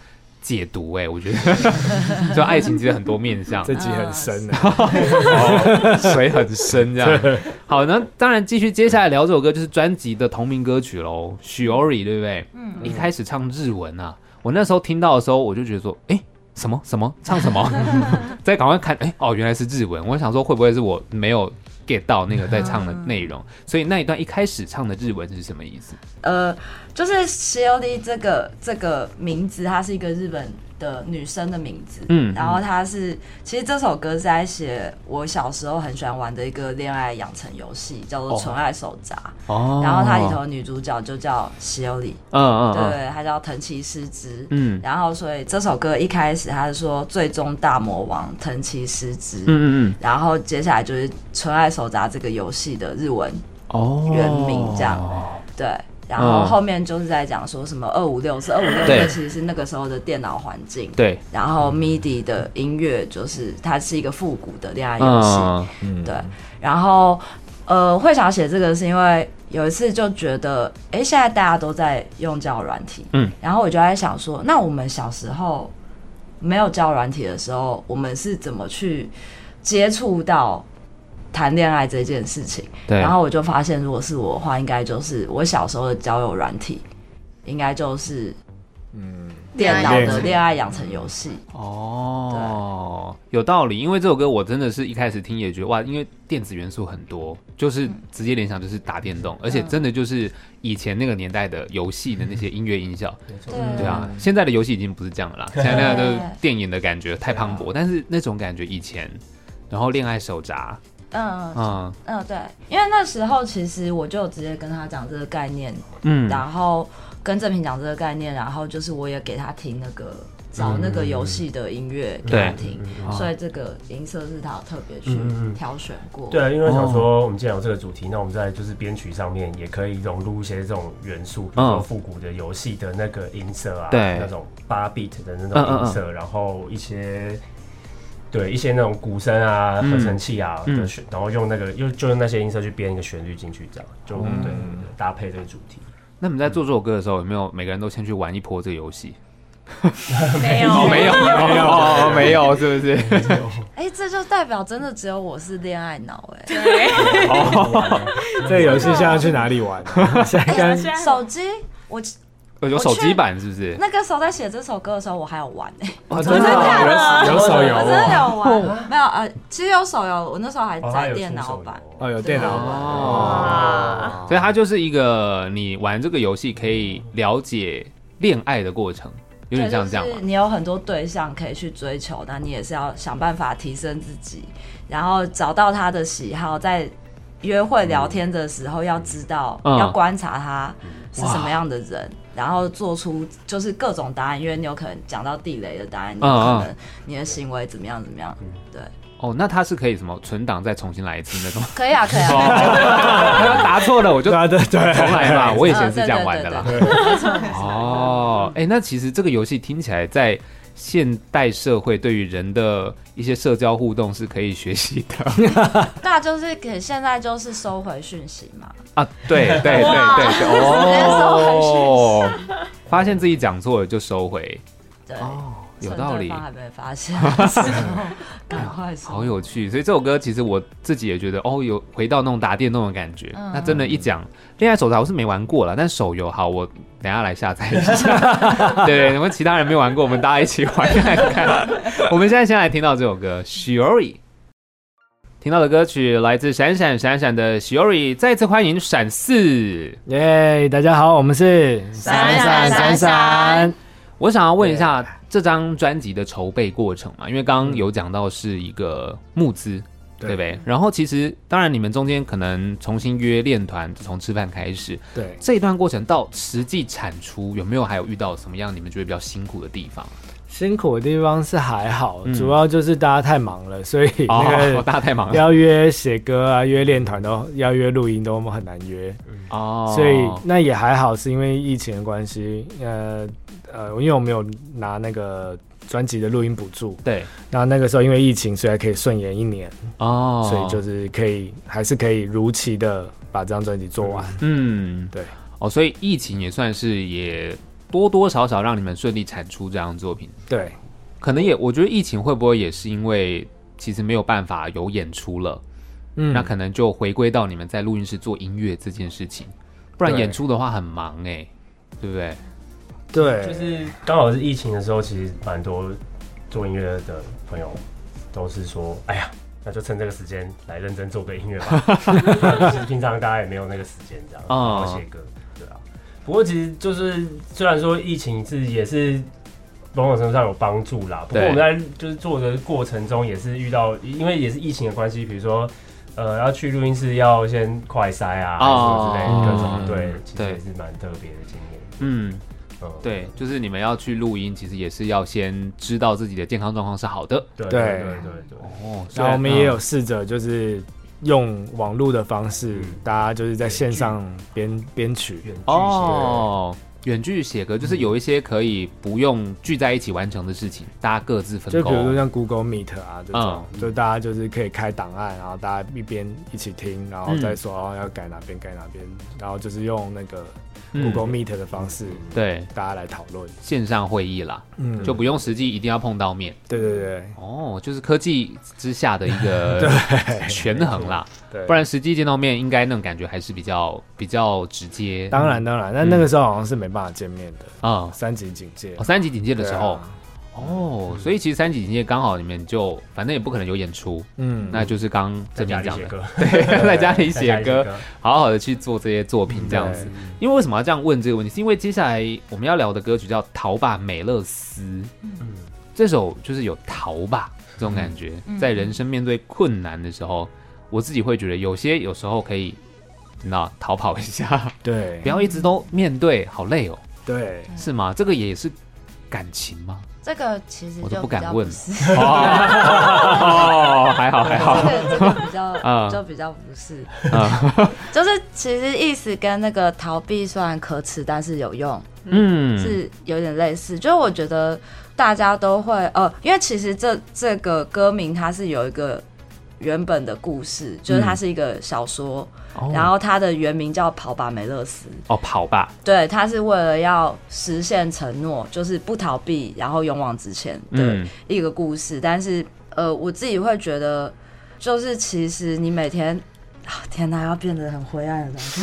Speaker 1: 解读哎、我觉得 *laughs* 就爱情其实很多面向
Speaker 2: 这，集很深啊的，
Speaker 1: 哦水很深这样。好，那当然继续接下来聊这首歌，就是专辑的同名歌曲喽，《Shiori》，对不对？嗯，一开始唱日文啊，我那时候听到的时候，我就觉得说，哎、什么什么唱什
Speaker 4: *laughs*
Speaker 1: 么，再赶快看，哎、哦，原来是日文。我想说，会不会是我没有
Speaker 4: 嗯
Speaker 1: get 到那个在唱的内容？所以那一段一开始唱的日文是什么意思？
Speaker 4: 呃，就是石优里这个这个名字，它是一个日本的女生的名字。
Speaker 1: 嗯
Speaker 4: 然后它是其实这首歌是在写我小时候很喜欢玩的一个恋爱养成游戏，叫做《纯爱手札》。
Speaker 1: 哦
Speaker 4: 然后它里头的女主角就叫石优里，
Speaker 1: 嗯嗯嗯
Speaker 4: 对，她叫藤崎诗织。
Speaker 1: 嗯
Speaker 4: 然后所以这首歌一开始它是说最终大魔王藤崎诗织。
Speaker 1: 嗯嗯嗯
Speaker 4: 然后接下来就是《纯爱手札》这个游戏的日文
Speaker 1: 哦嗯
Speaker 4: 原名这样对，然后后面就是在讲说什么二五六是二五六，
Speaker 1: 对
Speaker 4: 这其实是那个时候的电脑环境。
Speaker 1: 对，
Speaker 4: 然后 MIDI 的音乐就是它是一个复古的恋爱游戏，
Speaker 1: 嗯
Speaker 4: 对。然后呃，会想写这个是因为有一次就觉得，哎，现在大家都在用交友软体，
Speaker 1: 嗯，
Speaker 4: 然后我就在想说，那我们小时候没有交友软体的时候，我们是怎么去接触到谈恋爱这件事情？
Speaker 1: 对，
Speaker 4: 然后我就发现，如果是我的话，应该就是我小时候的交友软体，应该就是嗯电脑的恋爱养成游戏。
Speaker 1: 哦，有道理，因为这首歌我真的是一开始听也觉得哇，因为电子元素很多，就是直接联想就是打电动，而且真的就是以前那个年代的游戏的那些音乐音效，对啊，现在的游戏已经不是这样了啦，现在那个都是电影的感觉太磅礴，但是那种感觉以前，然后恋爱手札，
Speaker 4: 嗯嗯
Speaker 1: 嗯
Speaker 4: 嗯，对，因为那时候其实我就直接跟他讲这个概念，
Speaker 1: 嗯，
Speaker 4: 然后跟正平讲这个概念，然后就是我也给他听那个找那个游戏的音乐给他
Speaker 1: 对
Speaker 4: 听，
Speaker 1: 哦
Speaker 4: 所以这个银色是他有特别去
Speaker 5: 嗯嗯嗯嗯
Speaker 4: 挑选过。
Speaker 5: 对啊，因为我
Speaker 1: 哦
Speaker 5: 想说，我们既然有这个主题，那我们在就是编曲上面也可以融入一些这种元素，比如说
Speaker 1: 嗯
Speaker 5: 复古的游戏的那个音色啊，
Speaker 1: 对
Speaker 5: 那种八 bit 的那
Speaker 1: 嗯嗯
Speaker 5: 种音色，然后一些对一些那种鼓声啊、
Speaker 1: 嗯
Speaker 5: 合成器啊
Speaker 1: 嗯
Speaker 5: 的旋，然后用那个用就用那些音色去编一个旋律进去，这样就
Speaker 1: 嗯
Speaker 5: 对对对搭配这个主题。
Speaker 1: 那你们在做这首歌的时候，有没有每个人都先去玩一波这个游 *laughs* 戏？
Speaker 6: 没有，
Speaker 1: 哦没有，没有，没有，是不 *laughs* 是？
Speaker 4: 哎、这就代表真的只有我是恋爱脑哎、
Speaker 2: 这个游戏现在要去哪里 *laughs* 玩？现在跟
Speaker 5: 啊
Speaker 6: 对
Speaker 4: 手机我
Speaker 1: 有手机版是不是？
Speaker 4: 那个时候在写这首歌的时候，我还有玩哎、
Speaker 2: 哦真的哦有有手游
Speaker 4: 我真的
Speaker 2: 哦
Speaker 4: 有玩，没有呃，其实有手游，我那时候还
Speaker 5: 哦它
Speaker 4: 在
Speaker 5: 有
Speaker 4: 电
Speaker 5: 出
Speaker 4: 脑
Speaker 5: 手
Speaker 4: 版，
Speaker 1: 哎
Speaker 5: 游
Speaker 2: 哦，有电脑版
Speaker 1: 哦，
Speaker 6: 哇，
Speaker 1: 所以它就是一个你玩这个游戏可以了解恋爱的过程，有点像这样
Speaker 4: 对
Speaker 1: 嘛
Speaker 4: 就是。你有很多对象可以去追求，那你也是要想办法提升自己，然后找到他的喜好，在约会聊天的时候要知道，
Speaker 1: 嗯
Speaker 4: 要观察他是什么样的人。然后做出就是各种答案，因为你有可能讲到地雷的答案，你
Speaker 1: 嗯
Speaker 4: 有
Speaker 1: 嗯
Speaker 4: 可能你的行为怎么样怎么样，对，。
Speaker 1: 哦，那它是可以什么存档再重新来一次那种
Speaker 4: 可以啊，可以啊，
Speaker 1: 哦，答错了我就
Speaker 2: 对
Speaker 1: 重
Speaker 2: 啊，对对，
Speaker 1: 来嘛，我以前
Speaker 4: 嗯
Speaker 1: 是这样玩的啦。 *laughs* 哦，哎，那其实这个游戏听起来在现代社会对于人的一些社交互动是可以学习的
Speaker 4: 那就是给现在就是收回讯息嘛，
Speaker 1: 啊。对对对对对，哦，发现自己讲错了就收回，
Speaker 4: 对，
Speaker 1: 哦有
Speaker 4: 趁
Speaker 1: 道
Speaker 4: 对
Speaker 1: 理。
Speaker 4: 方还没发现的
Speaker 1: *laughs*
Speaker 4: 时候，赶快说，
Speaker 1: 好有趣，所以这首歌其实我自己也觉得，哦，有回到那种打电动的感觉。
Speaker 4: 嗯
Speaker 1: 那真的，一讲恋爱手札我是没玩过了，但手游好，我等一下来下载一下。对，我们其他人没玩过，我们大家一起玩看看。我们现在先来听到这首歌《Shiori》，听到的歌曲来自闪闪闪闪的《Shiori》，再次欢迎闪四。
Speaker 2: *laughs* 耶！大家好，我们是
Speaker 6: 闪闪闪闪。
Speaker 1: 我想要问一下这张专辑的筹备过程嘛，因为
Speaker 2: 嗯
Speaker 1: 刚刚有讲到是一个募资，对不对？然后其实当然你们中间可能重新约练团，从吃饭开始
Speaker 2: 对，
Speaker 1: 这一段过程到实际产出，有没有还有遇到什么样你们觉得比较辛苦的地方？
Speaker 2: 辛苦的地方是还好，
Speaker 1: 嗯
Speaker 2: 主要就是大家太忙了，所以那
Speaker 1: 哦，
Speaker 2: 个
Speaker 1: 大家太忙了
Speaker 2: 要约写歌啊、约练团都要约录音都我们很难约，
Speaker 1: 哦，
Speaker 2: 所以那也还好，是因为疫情的关系，呃呃，因为我没有拿那个专辑的录音补助，
Speaker 1: 对
Speaker 2: 那那个时候因为疫情，所以还可以顺延一年，
Speaker 1: 哦，
Speaker 2: 所以就是可以还是可以如期的把这张专辑做完。
Speaker 1: 嗯
Speaker 2: 对
Speaker 1: 哦，所以疫情也算是也多多少少让你们顺利产出这张作品。
Speaker 2: 对，
Speaker 1: 可能也，我觉得疫情会不会也是因为其实没有办法有演出了，
Speaker 2: 嗯
Speaker 1: 那可能就回归到你们在录音室做音乐这件事情，不然
Speaker 2: 对
Speaker 1: 演出的话很忙哎、对不对？
Speaker 2: 对，
Speaker 5: 就是刚好是疫情的时候，其实蛮多做音乐的朋友都是说，哎呀，那就趁这个时间来认 *laughs* 真做个音乐吧。其实平常大家也没有那个时间这样，
Speaker 1: 哦
Speaker 5: 好好写歌，对啊。不过其实就是虽然说疫情是也是某种程度上有帮助啦，不过
Speaker 1: 对
Speaker 5: 我们在就是做的过程中也是遇到，因为也是疫情的关系，比如说。呃，要去录音室要先快筛啊，
Speaker 1: 哦
Speaker 5: 什么之类的各种，
Speaker 1: 嗯
Speaker 5: 对，其实
Speaker 1: 对
Speaker 5: 也是蛮特别的经验。
Speaker 1: 嗯，
Speaker 5: 嗯，
Speaker 1: 对，就是你们要去录音，其实也是要先知道自己的健康状况是好的。
Speaker 5: 对
Speaker 2: 对
Speaker 5: 对对对对，
Speaker 1: 哦，
Speaker 2: 然后我们也有试着就是用网络的方式，大家就是在线上编编曲。
Speaker 5: 远距
Speaker 1: 哦，远距写歌就是有一些可以不用聚在一起完成的事情，大家各自分
Speaker 2: 嗯就比如说
Speaker 1: 工。
Speaker 2: 像 Google Meet 啊这种，
Speaker 1: 嗯
Speaker 2: 就大家就是可以开档案，然后大家一边一起听，然
Speaker 1: 嗯
Speaker 2: 后再说哦要改哪边改哪边，然后就是用那个 Google Meet 的方式，
Speaker 1: 嗯对，
Speaker 2: 大家来讨论。
Speaker 1: 线上会议啦，
Speaker 2: 嗯，
Speaker 1: 就不用实际一定要碰到面。
Speaker 2: 对对对
Speaker 1: 哦，就是科技之下的一个 *laughs* 权衡啦，
Speaker 2: 对，
Speaker 1: 不然实际见到面，应该那种感觉还是比较比较直接。
Speaker 2: 当然当然，但那个时候好像是没办法见面的，
Speaker 1: 啊、
Speaker 2: 三级警戒
Speaker 1: 嗯哦，三级警戒的时候，
Speaker 2: 对啊
Speaker 1: 哦，所以其实三级警戒刚好你们就反正也不可能有演出，
Speaker 2: 嗯，
Speaker 1: 那就是刚
Speaker 5: 在
Speaker 1: 正
Speaker 5: 家
Speaker 1: 明
Speaker 5: 里
Speaker 1: 讲
Speaker 5: 写
Speaker 1: 的，
Speaker 5: 歌，
Speaker 1: 对，在家里
Speaker 5: 在家
Speaker 1: 写
Speaker 5: 里
Speaker 1: 歌，，好好的去做这些作品这样子。因为为什么要这样问这个问题？是因为接下来我们要聊的歌曲叫《陶吧美乐斯》，
Speaker 5: 嗯，
Speaker 1: 这首就是有逃吧这种感觉，
Speaker 4: 嗯
Speaker 1: 在人生面对困难的时候，我自己会觉得有些有时候可以，你知道逃跑一下，
Speaker 2: 对
Speaker 1: 不要一直都面对，好累哦，
Speaker 2: 对，
Speaker 4: 嗯
Speaker 1: 是吗？这个也是感情吗？
Speaker 4: 这个其实
Speaker 1: 我都
Speaker 4: 就
Speaker 1: 不
Speaker 4: 比
Speaker 1: 敢
Speaker 4: 较
Speaker 1: 问
Speaker 4: 不是，
Speaker 1: 哦，还好还
Speaker 4: 这
Speaker 1: 好，
Speaker 4: 个这个比
Speaker 1: *laughs* 啊
Speaker 4: 较就比较不是，嗯
Speaker 1: 啊
Speaker 4: 就是其实意思跟那个逃避虽然可耻，但是有用，
Speaker 1: 嗯，
Speaker 4: 是有点类似。就是我觉得大家都会呃，因为其实这这个歌名它是有一个原本的故事，就是
Speaker 1: 嗯
Speaker 4: 它是一个小说，
Speaker 1: 哦
Speaker 4: 然后它的原名叫《跑吧梅勒斯》。
Speaker 1: 哦跑吧，
Speaker 4: 对，它是为了要实现承诺，就是不逃避，然后勇往直前的
Speaker 1: 嗯
Speaker 4: 一个故事。但是，呃，我自己会觉得，就是其实你每天，啊天哪，要变得很灰暗的东西。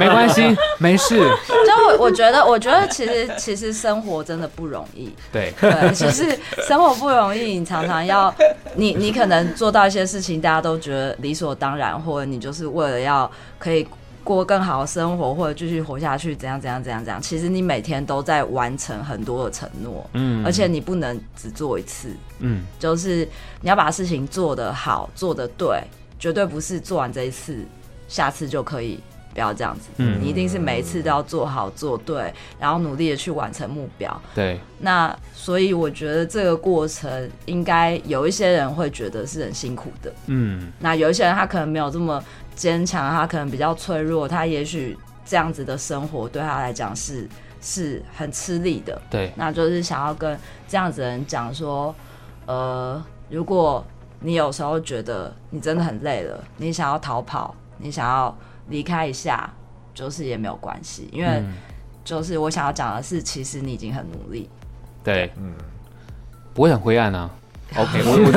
Speaker 1: 没关系，没事，
Speaker 4: *laughs* 就我我觉得，我觉得其实其实生活真的不容易，
Speaker 1: 对，
Speaker 4: 对，就是生活不容易，你常常要，你你可能做到一些事情，大家都觉得理所当然，或者你就是为了要可以过更好的生活，或者继续活下去，怎样怎样怎样怎样。其实你每天都在完成很多的承诺，
Speaker 1: 嗯
Speaker 4: *laughs* 而且你不能只做一次，
Speaker 1: 嗯
Speaker 4: 就是你要把事情做得好，做得对，绝对不是做完这一次，下次就可以不要这样子。
Speaker 1: 嗯
Speaker 4: 你一定是每一次都要做好做对，然后努力的去完成目标。
Speaker 1: 对，
Speaker 4: 那所以我觉得这个过程应该有一些人会觉得是很辛苦的，
Speaker 1: 嗯
Speaker 4: 那有一些人他可能没有这么坚强，他可能比较脆弱，他也许这样子的生活对他来讲是是很吃力的。
Speaker 1: 对，
Speaker 4: 那就是想要跟这样子的人讲说，呃，如果你有时候觉得你真的很累了，你想要逃跑，你想要离开一下，就是也没有关系，因为
Speaker 1: 嗯
Speaker 4: 就是我想要讲的是，其实你已经很努力，
Speaker 1: 对，嗯，不会很灰暗啊。OK，我我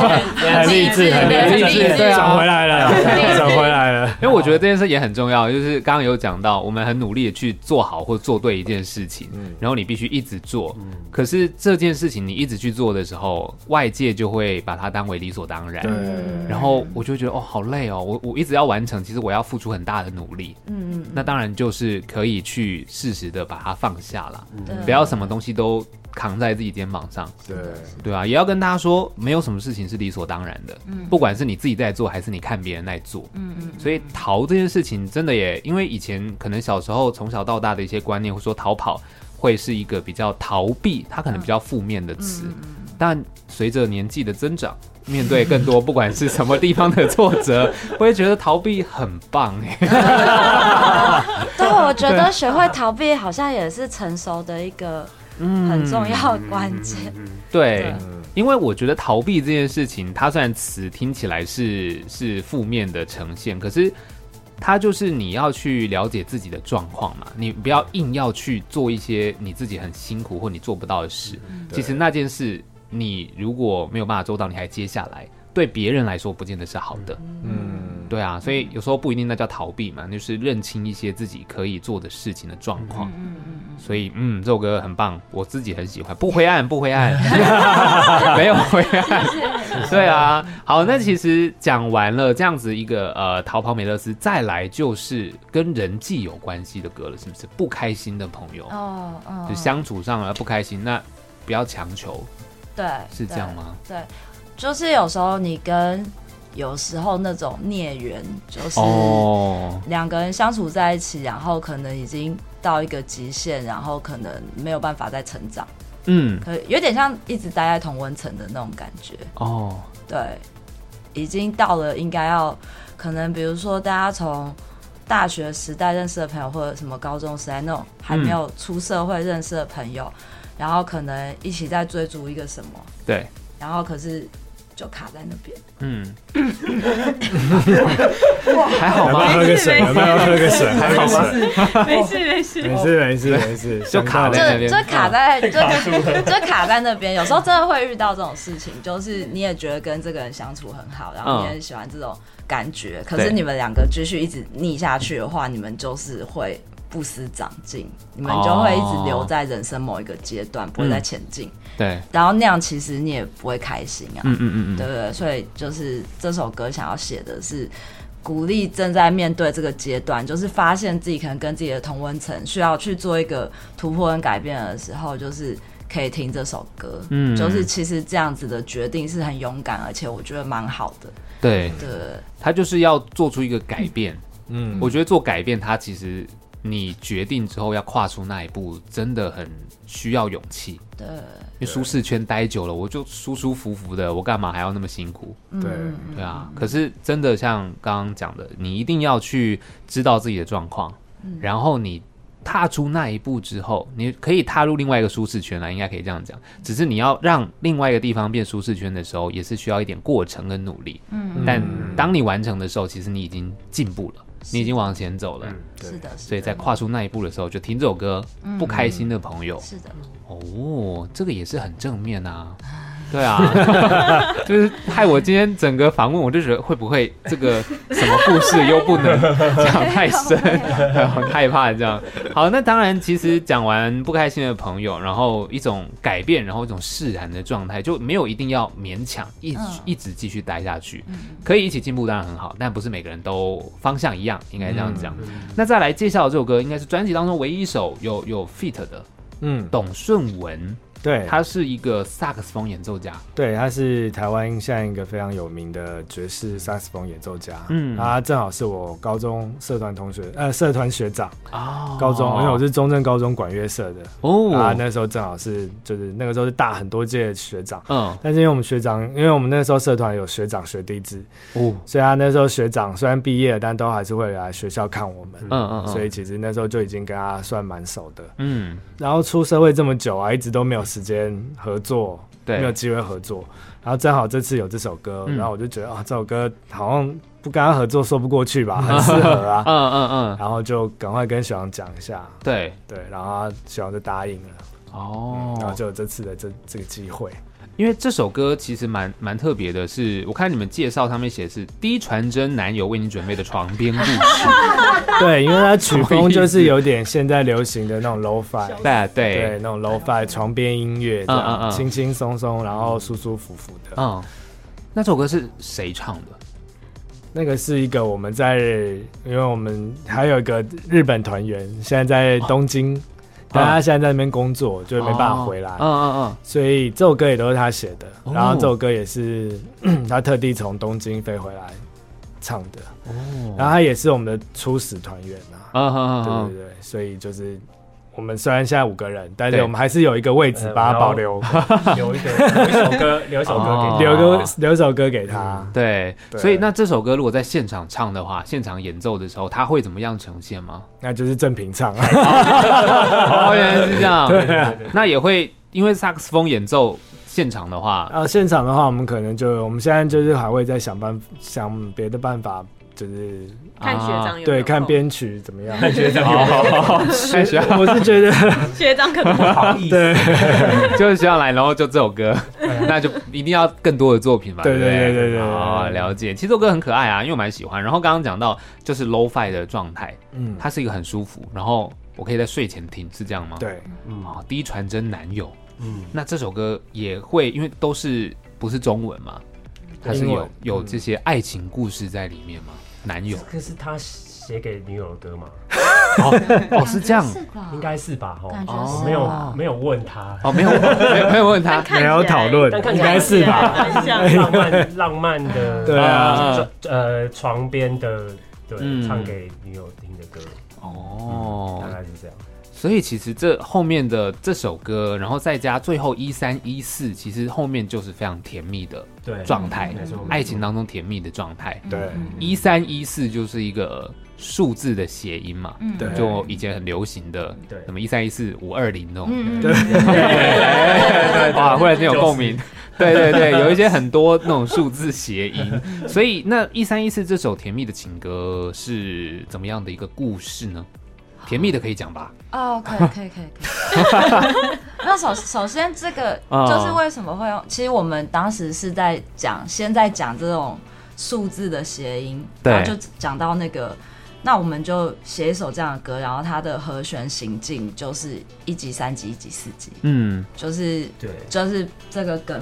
Speaker 6: 很励志，很
Speaker 1: 很励志对啊
Speaker 2: 转回来了，转回来了，
Speaker 1: 因为我觉得这件事也很重要，就是刚刚有讲到，我们很努力的去做好或做对一件事情，然后你必须一直做。可是这件事情你一直去做的时候，外界就会把它当为理所当然。
Speaker 2: 对，
Speaker 4: 嗯
Speaker 1: 然后我就觉得哦，好累哦，我我一直要完成，其实我要付出很大的努力。
Speaker 4: 嗯
Speaker 1: 那当然就是可以去适时的把它放下啦，
Speaker 4: 嗯，
Speaker 1: 不要什么东西都扛在自己肩膀上。
Speaker 2: 对，
Speaker 1: 对啊，也要跟大家说，没有什么事情是理所当然的。不管是你自己在做，还是你看别人在做，嗯嗯。所以逃这件事情，真的也因为以前可能小时候从小到大的一些观念，或说逃跑会是一个比较逃避，它可能比较负面的词。但随着年纪的增长，面对更多不管是什么地方的挫折， *laughs* 我会觉得逃避很棒哎、
Speaker 4: 对，我觉得学会逃避好像也是成熟的一个
Speaker 1: 嗯
Speaker 4: 很重要的关键，
Speaker 1: 对，因为我觉得逃避这件事情，它虽然词听起来是是负面的呈现，可是它就是你要去了解自己的状况嘛，你不要硬要去做一些你自己很辛苦或你做不到的事。其实那件事，你如果没有办法做到，你还接下来，对别人来说不见得是好的。
Speaker 2: 嗯，
Speaker 1: 对啊，所以有时候不一定那叫逃避嘛，就是认清一些自己可以做的事情的状况。所以，嗯，这首歌很棒，我自己很喜欢，不灰暗，不灰暗，没有灰暗。对啊，好，那其实讲完了这样子一个呃逃跑美乐斯，再来就是跟人际有关系的歌了，是不是？不开心的朋友，
Speaker 4: 哦哦，
Speaker 1: 就相处上啊了不开心，那不要强求，
Speaker 4: 对，
Speaker 1: 是这样吗？
Speaker 4: 对？对，就是有时候你跟有时候那种孽缘，就是
Speaker 1: 哦，
Speaker 4: 两个人相处在一起，然后可能已经到一个极限，然后可能没有办法再成长，
Speaker 1: 嗯，
Speaker 4: 可有点像一直待在同温层的那种感觉。
Speaker 1: 哦，
Speaker 4: 对，已经到了应该要，可能比如说大家从大学时代认识的朋友，或者什么高中时代那种还没有出社会认识的朋友，然后可能一起在追逐一个什么，
Speaker 1: 对，
Speaker 4: 然后可是就卡在那边。
Speaker 1: 嗯，还好
Speaker 2: 要不要
Speaker 1: 吗？
Speaker 2: 喝
Speaker 1: *laughs*
Speaker 2: 个水？要不要喝个水？
Speaker 1: 还好吗？ *laughs*
Speaker 6: 没事没事，
Speaker 2: *laughs* 没事没事没事，
Speaker 1: 就卡
Speaker 2: 了
Speaker 1: 在。那
Speaker 4: 就
Speaker 1: 边
Speaker 4: 就卡在就就卡在那边，有时候真的会遇到这种事情，就是你也觉得跟这个人相处很好，然后你
Speaker 1: 嗯
Speaker 4: 也喜欢这种感觉，可是
Speaker 1: 对
Speaker 4: 你们两个继续一直逆下去的话，你们就是会不思长进，你们就会一
Speaker 1: 哦
Speaker 4: 直留在人生某一个阶段，不会
Speaker 1: 嗯
Speaker 4: 再前进，
Speaker 1: 对，
Speaker 4: 然后那样其实你也不会开心啊，
Speaker 1: 嗯嗯嗯
Speaker 4: 对
Speaker 1: 嗯，
Speaker 4: 不对？所以就是这首歌想要写的是。鼓励正在面对这个阶段，就是发现自己可能跟自己的同温层需要去做一个突破跟改变的时候，就是可以听这首歌。
Speaker 1: 嗯
Speaker 4: 就是其实这样子的决定是很勇敢，而且我觉得蛮好的。
Speaker 1: 对，
Speaker 4: 对，
Speaker 1: 他就是要做出一个改变。
Speaker 2: 嗯，
Speaker 1: 我觉得做改变，它其实你决定之后要跨出那一步，真的很需要勇气。
Speaker 4: 对，
Speaker 1: 因为舒适圈待久了，我就舒舒服服的，我干嘛还要那么辛苦？
Speaker 4: 嗯
Speaker 2: 对
Speaker 4: 嗯嗯
Speaker 1: 对啊，可是真的像刚刚讲的，你一定要去知道自己的状况，
Speaker 4: 嗯
Speaker 1: 然后你踏出那一步之后，你可以踏入另外一个舒适圈了，应该可以这样讲。只是你要让另外一个地方变舒适圈的时候，也是需要一点过程跟努力。
Speaker 4: 嗯，
Speaker 1: 但当你完成的时候，其实你已经进步了，你已经往前走了。
Speaker 2: 对
Speaker 4: 是的，是的
Speaker 1: 所以在跨出那一步的时候，就听这首歌，
Speaker 4: 嗯
Speaker 1: 不开心的朋友。
Speaker 4: 是的，
Speaker 1: 哦，这个也是很正面啊。对啊， *laughs* 就是害我今天整个访问，我就觉得会不会这个什么故事又不能讲太深， *laughs* 很害怕这样。好，那当然，其实讲完不开心的朋友，然后一种改变，然后一种释然的状态，就没有一定要勉强一直、
Speaker 4: 嗯
Speaker 1: 一直继续待下去，可以一起进步当然很好，但不是每个人都方向一样，应该这样讲。那再来介绍这首歌，应该是专辑当中唯一一首有有 feat 的，
Speaker 2: 嗯，
Speaker 1: 董顺文，
Speaker 2: 对，
Speaker 1: 他是一个萨克斯风演奏家。
Speaker 2: 对，他是台湾现在一个非常有名的爵士萨克斯风演奏家。
Speaker 1: 嗯
Speaker 2: 嗯，他正好是我高中社团同学，呃，社团学长。
Speaker 1: 哦
Speaker 2: 高中，因为我是中正高中管乐社的，啊，
Speaker 1: 哦，
Speaker 2: 那时候正好是就是那个时候是大很多届的学长。
Speaker 1: 嗯
Speaker 2: 但是因为我们学长，因为我们那时候社团有学长学弟制，
Speaker 1: 哦，
Speaker 2: 所以他那时候学长虽然毕业了，但都还是会来学校看我们。
Speaker 1: 嗯嗯嗯，
Speaker 2: 所以其实那时候就已经跟他算蛮熟的。
Speaker 1: 嗯
Speaker 2: 然后出社会这么久啊，一直都没有时间合作，
Speaker 1: 对
Speaker 2: 没有机会合作。然后正好这次有这首歌，
Speaker 1: 嗯
Speaker 2: 然后我就觉得啊，这首歌好像不跟他合作说不过
Speaker 1: *laughs*
Speaker 2: 去吧，很适合
Speaker 1: 嗯
Speaker 2: 啊。
Speaker 1: 嗯嗯，
Speaker 2: 然后就赶快跟小杨讲一下，
Speaker 1: 对。
Speaker 2: 对，然后他小杨就答应了，然后
Speaker 1: 哦，
Speaker 2: 就有嗯啊这次的这这个机会。
Speaker 1: 因为这首歌其实蛮蛮特别的是，我看你们介绍上面写的是低传真男友为你准备的床边
Speaker 2: *laughs*
Speaker 1: 故事，
Speaker 2: 对，因为他曲
Speaker 1: 什么
Speaker 2: 风
Speaker 1: 意思
Speaker 2: 就是有点现在流行的那种 low fi，
Speaker 1: 对
Speaker 2: 对，
Speaker 1: 对，
Speaker 2: 那种 low fi 床边音乐，这
Speaker 1: 嗯嗯嗯
Speaker 2: 样轻轻松松，然后舒舒服服的。
Speaker 1: 嗯，那首歌是谁唱的？
Speaker 2: 那个是一个我们在，因为我们还有一个日本团员，现在在东京，但他现在在那边工作，就没办法回来，
Speaker 1: 哦嗯嗯
Speaker 2: 所以这首歌也都是他写的。
Speaker 1: 哦
Speaker 2: 然后这首歌也是 *clears throat* 他特地从东京飞回来唱的，
Speaker 1: 嗯，
Speaker 2: 然后他也是我们的初始团员啊，
Speaker 1: 嗯嗯
Speaker 2: 对
Speaker 1: 嗯
Speaker 2: 对对，所以就是。我们虽然现在五个人，但是
Speaker 1: 对
Speaker 2: 我们还是有一个位置
Speaker 5: 呃
Speaker 2: 把它
Speaker 5: 然后
Speaker 2: 保留，嗯
Speaker 5: 留一个留一首歌，留一首歌给
Speaker 1: 哦
Speaker 5: 你。
Speaker 2: 留个留首歌给他。
Speaker 1: 对，
Speaker 2: 对
Speaker 1: 所以那这首歌如果在现场唱的话，现场演奏的时候，它会怎么样呈现吗？
Speaker 2: 那就是正平唱，
Speaker 1: 哦，原来是这样。
Speaker 5: 对
Speaker 2: 啊
Speaker 5: 对对
Speaker 1: 那也会因为萨克斯风演奏现场的话，
Speaker 2: 然后呃现场的话，我们可能就我们现在就是还会再想办想别的办法，就是
Speaker 6: 看学
Speaker 1: 啊
Speaker 6: 长有没有
Speaker 2: 对
Speaker 6: 空
Speaker 2: 看编曲怎
Speaker 1: *laughs*
Speaker 2: 么样。看
Speaker 5: 学长
Speaker 1: 看学
Speaker 2: 我是觉得
Speaker 6: 学长
Speaker 1: 哦
Speaker 6: 可能
Speaker 5: 不好意思，
Speaker 2: 对
Speaker 1: *laughs* 就是学长来，然后就这首歌，那就一定要更多的作品嘛。
Speaker 2: 对
Speaker 1: 不
Speaker 2: 对对对对对
Speaker 1: 哦，了解。其实这首歌很可爱啊，因为我蛮喜欢。然后刚刚讲到就是 low fi 的状态，
Speaker 2: 嗯
Speaker 1: 它是一个很舒服，然后我可以在睡前听，是这样吗？。 *laughs*
Speaker 2: 对
Speaker 5: 嗯
Speaker 1: 哦，第一传真男友，
Speaker 5: 嗯，
Speaker 1: 那这首歌也会因为都是不是中文嘛，它是
Speaker 2: 英
Speaker 1: 有
Speaker 2: 文
Speaker 1: 有这些爱情故事在里面吗？男友
Speaker 5: 可是他写给女友的歌嘛，
Speaker 2: 嗯
Speaker 1: 哦，是这样
Speaker 4: 是吧？
Speaker 5: 应该是吧？
Speaker 4: 啊感觉
Speaker 5: 哈，
Speaker 4: 是吧
Speaker 5: 没有没有问他，
Speaker 1: 哦，没有没有没有问他，
Speaker 2: 没有讨论，
Speaker 5: 但看
Speaker 2: 应
Speaker 5: 起来
Speaker 2: 该是吧？
Speaker 6: 很像
Speaker 5: 浪漫浪漫的，
Speaker 2: 对啊
Speaker 5: 就，就呃，床边的，对
Speaker 1: 嗯，
Speaker 5: 唱给女友听的歌，
Speaker 1: 哦
Speaker 5: 大，概是这样。
Speaker 1: 所以其实这后面的这首歌，然后再加最后一三一四，其实后面就是非常甜蜜的
Speaker 5: 对，
Speaker 1: 状态
Speaker 5: 没错没，错
Speaker 1: 爱情嗯当中甜蜜的状态。
Speaker 2: 对
Speaker 1: 一三一四就是一个数字的谐音嘛，
Speaker 4: 嗯
Speaker 2: 对
Speaker 1: 就以前很流行的，
Speaker 5: 对
Speaker 1: 什么一三一四五二零那种，
Speaker 4: 嗯嗯
Speaker 2: 对
Speaker 1: 哇，忽然间有共鸣。对对 *laughs* 对，有一些很多那种数字谐 *laughs* 音，所以那一三一四这首甜蜜的情歌是怎么样的一个故事呢？甜蜜的可以讲吧？
Speaker 4: 哦，
Speaker 1: *laughs*
Speaker 4: 可以可以可以可以。 *laughs* 那首首先这个
Speaker 1: 哦
Speaker 4: 就是为什么会用，其实我们当时是在讲，先在讲这种数字的谐音，
Speaker 1: 对
Speaker 4: 然后就讲到那个。那我们就写一首这样的歌，然后它的和弦行进就是一级、三级、一级、四级，
Speaker 1: 嗯，
Speaker 4: 就是
Speaker 5: 对
Speaker 4: 就是这个梗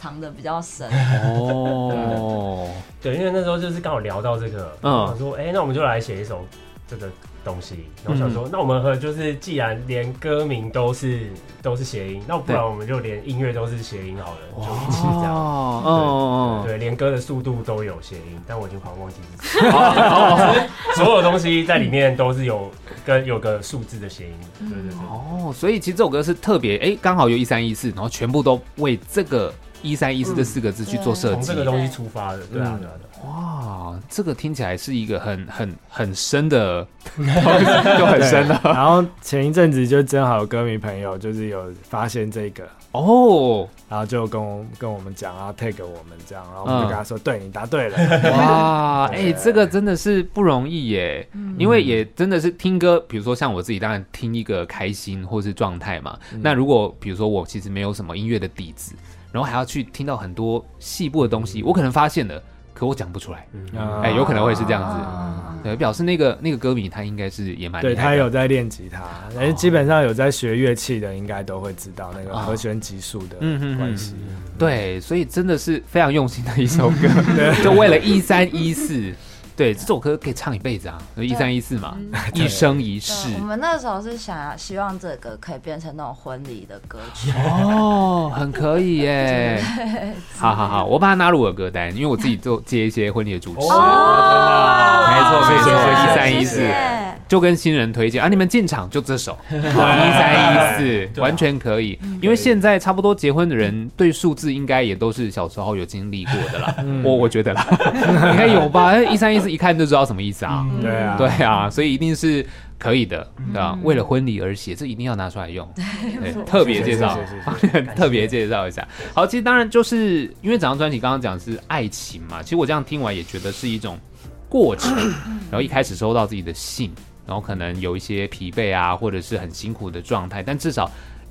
Speaker 4: 藏的比较深，
Speaker 1: 哦，
Speaker 5: 对，因为那时候就是刚好聊到这个，
Speaker 1: 嗯
Speaker 5: 嗯，想说，哎、那我们就来写一首这个东西。然后想
Speaker 1: 嗯
Speaker 5: 说，那我们和就是既然连歌名都是都是谐音，那不然我们就连音乐都是谐音好了，就一起这样。
Speaker 1: 哦，哦
Speaker 5: 对，连歌的速度都有谐音，但我已经好像忘记
Speaker 1: *laughs*
Speaker 5: 是什么
Speaker 1: 哦
Speaker 5: 所有东西在里面都是有跟有个数字的谐音。对对对，
Speaker 1: 哦，所以其实这首歌是特别，哎，刚好有一三一四，然后全部都为这个一三一四这四个字去做设
Speaker 5: 嗯从
Speaker 1: 计嗯
Speaker 5: 这。个东西出发的。对啊，对啊，对啊
Speaker 1: 哇，这个听起来是一个很很很深
Speaker 5: *laughs*
Speaker 1: 的，就很深的
Speaker 2: 然后前一阵子就正好有歌迷朋友就是有发现这个，
Speaker 1: 哦。
Speaker 2: 然后就跟我跟我们讲，然后 tag 我们这样，然后我
Speaker 1: 嗯
Speaker 2: 们就跟他说，对你答对了，
Speaker 1: *laughs* 哇，哎、这个真的是不容易耶，因为也真的是听歌，比如说像我自己，当然听一个开心或是状态嘛。那如果比如说我其实没有什么音乐的底子，然后还要去听到很多细部的东西，我可能发现了，可我讲不出来。
Speaker 2: 嗯
Speaker 1: 哎、有可能会是这样子，
Speaker 4: 啊
Speaker 1: 对，表示那个那个歌迷他应该是也蛮
Speaker 2: *laughs* 对
Speaker 1: 厉害
Speaker 2: 他
Speaker 1: 的哦
Speaker 2: 有在练吉他，但是基本上有在学乐器的，应该都会知道那个
Speaker 1: 哦
Speaker 2: 和弦级数的
Speaker 1: 嗯嗯嗯
Speaker 2: 关系。
Speaker 1: 对，所以真的是非常用心的一首
Speaker 2: *laughs*
Speaker 1: 歌，就为了一三一四。对，这首歌可以唱一辈子啊，就一三一四嘛，
Speaker 2: *laughs*
Speaker 1: 一生一世
Speaker 4: 对，我们那时候是想希望这个可以变成那种婚礼的歌曲，
Speaker 1: 哦，很可以耶。好好好，我把它纳入我的歌单，因为我自己做接一些婚礼的
Speaker 5: 哦
Speaker 1: 主持，哦
Speaker 5: 啊
Speaker 1: 没错没错，一三一四
Speaker 4: 谢谢
Speaker 1: 就跟新人推荐啊，你们进场就这首哦一三一四，完全可以。因为现在差不多结婚的人对数字应该也都是小时候有经历过的啦，我我觉得啦，应该有吧？一三一四一看就知道什么意思啊，
Speaker 2: 对啊，
Speaker 1: *laughs* 对啊，所以一定是可以的，对吧？为了婚礼而写，这一定要拿出来用，对，特别介绍
Speaker 5: 谢谢谢谢。
Speaker 1: 特别介绍一下。好，其实当然就是因为整张专辑刚刚讲是爱情嘛，其实我这样听完也觉得是一种过程。然后一开始收到自己的信，然后可能有一些疲惫啊，或者是很辛苦的状态，但至少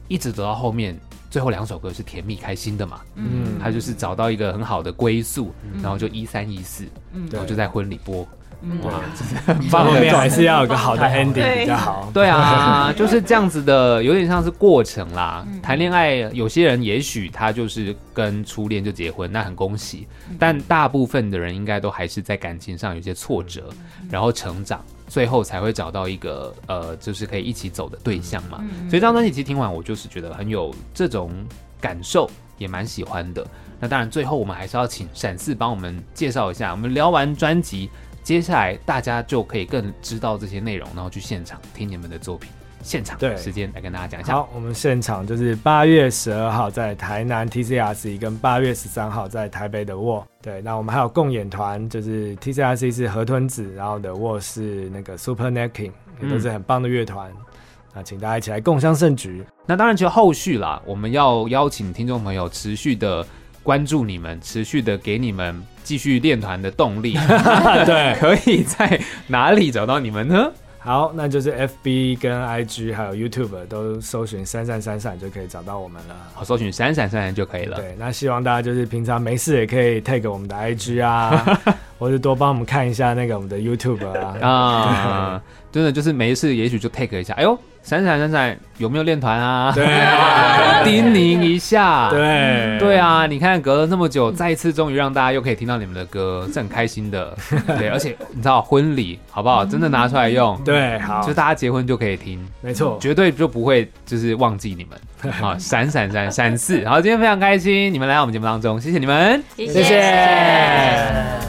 Speaker 1: 一直走到后面，最后两首歌是甜蜜开心的嘛。
Speaker 2: 嗯，
Speaker 1: 他就是找到一个很好的归宿，然后就一三一四，然后就在婚礼播，
Speaker 4: 嗯
Speaker 1: 哇，这是很棒
Speaker 2: 后
Speaker 1: 的
Speaker 2: 面
Speaker 1: 状
Speaker 2: 还是要有个好的 ending
Speaker 6: 对
Speaker 2: 比较好。
Speaker 1: 对啊，就是这样子的，有点像是过程啦。谈恋爱，有些人也许他就是跟初恋就结婚，那很恭喜。但大部分的人应该都还是在感情上有些挫折，然后成长，最后才会找到一个呃，就是可以一起走的对象嘛。所以这张专辑其实听完，我就是觉得很有这种感受，也蛮喜欢的。那当然，最后我们还是要请闪四帮我们介绍一下。我们聊完专辑，接下来大家就可以更知道这些内容，然后去现场听你们的作品。现场
Speaker 2: 对
Speaker 1: 时间来跟大家讲一下。
Speaker 2: 好，我们现场就是八月十二号在台南 TCRC，跟八月十三号在台北的沃。对，那我们还有共演团，就是 TCRC 是河豚子，然后的沃是那个 Super Necking，也都是很棒的乐团。那请大家一起来共襄盛举。
Speaker 1: 那当然，其实后续啦，我们要邀请听众朋友持续的关注你们，持续的给你们继续练团的动
Speaker 2: *laughs*
Speaker 1: 力。对，可以在哪里找到你们呢？
Speaker 2: 好，那就是 FB 跟 IG 还有 YouTube 都搜寻“闪闪闪闪”就可以找到我们了。
Speaker 1: 好，搜寻闪闪闪闪就可以了。 *laughs*
Speaker 2: 对，那希望大家就是平常没事也可以 tag 我们的 IG 啊，或者多帮我们看一下那个我们的 YouTube 啊。
Speaker 1: 啊，真的就是没事，也许就 take 一下。哎呦，闪闪闪闪，有没有练团啊？
Speaker 2: 对啊
Speaker 1: 叮咛一下。
Speaker 2: 对
Speaker 1: *laughs* 对啊，你看隔了那么久，再一次终于让大家又可以听到你们的歌，是很开心
Speaker 2: *laughs*
Speaker 1: 的。对，而且你知道婚礼好不好？真的拿出来用，
Speaker 2: 嗯对，好
Speaker 1: 就，大家结婚就可以听，
Speaker 2: 没错，
Speaker 1: 绝对就不会就是忘记你们。
Speaker 2: *laughs*
Speaker 1: 好，闪闪闪闪四，好，今天非常开心，你们来到我们节目当中，谢谢你们。
Speaker 6: 谢
Speaker 2: 谢谢。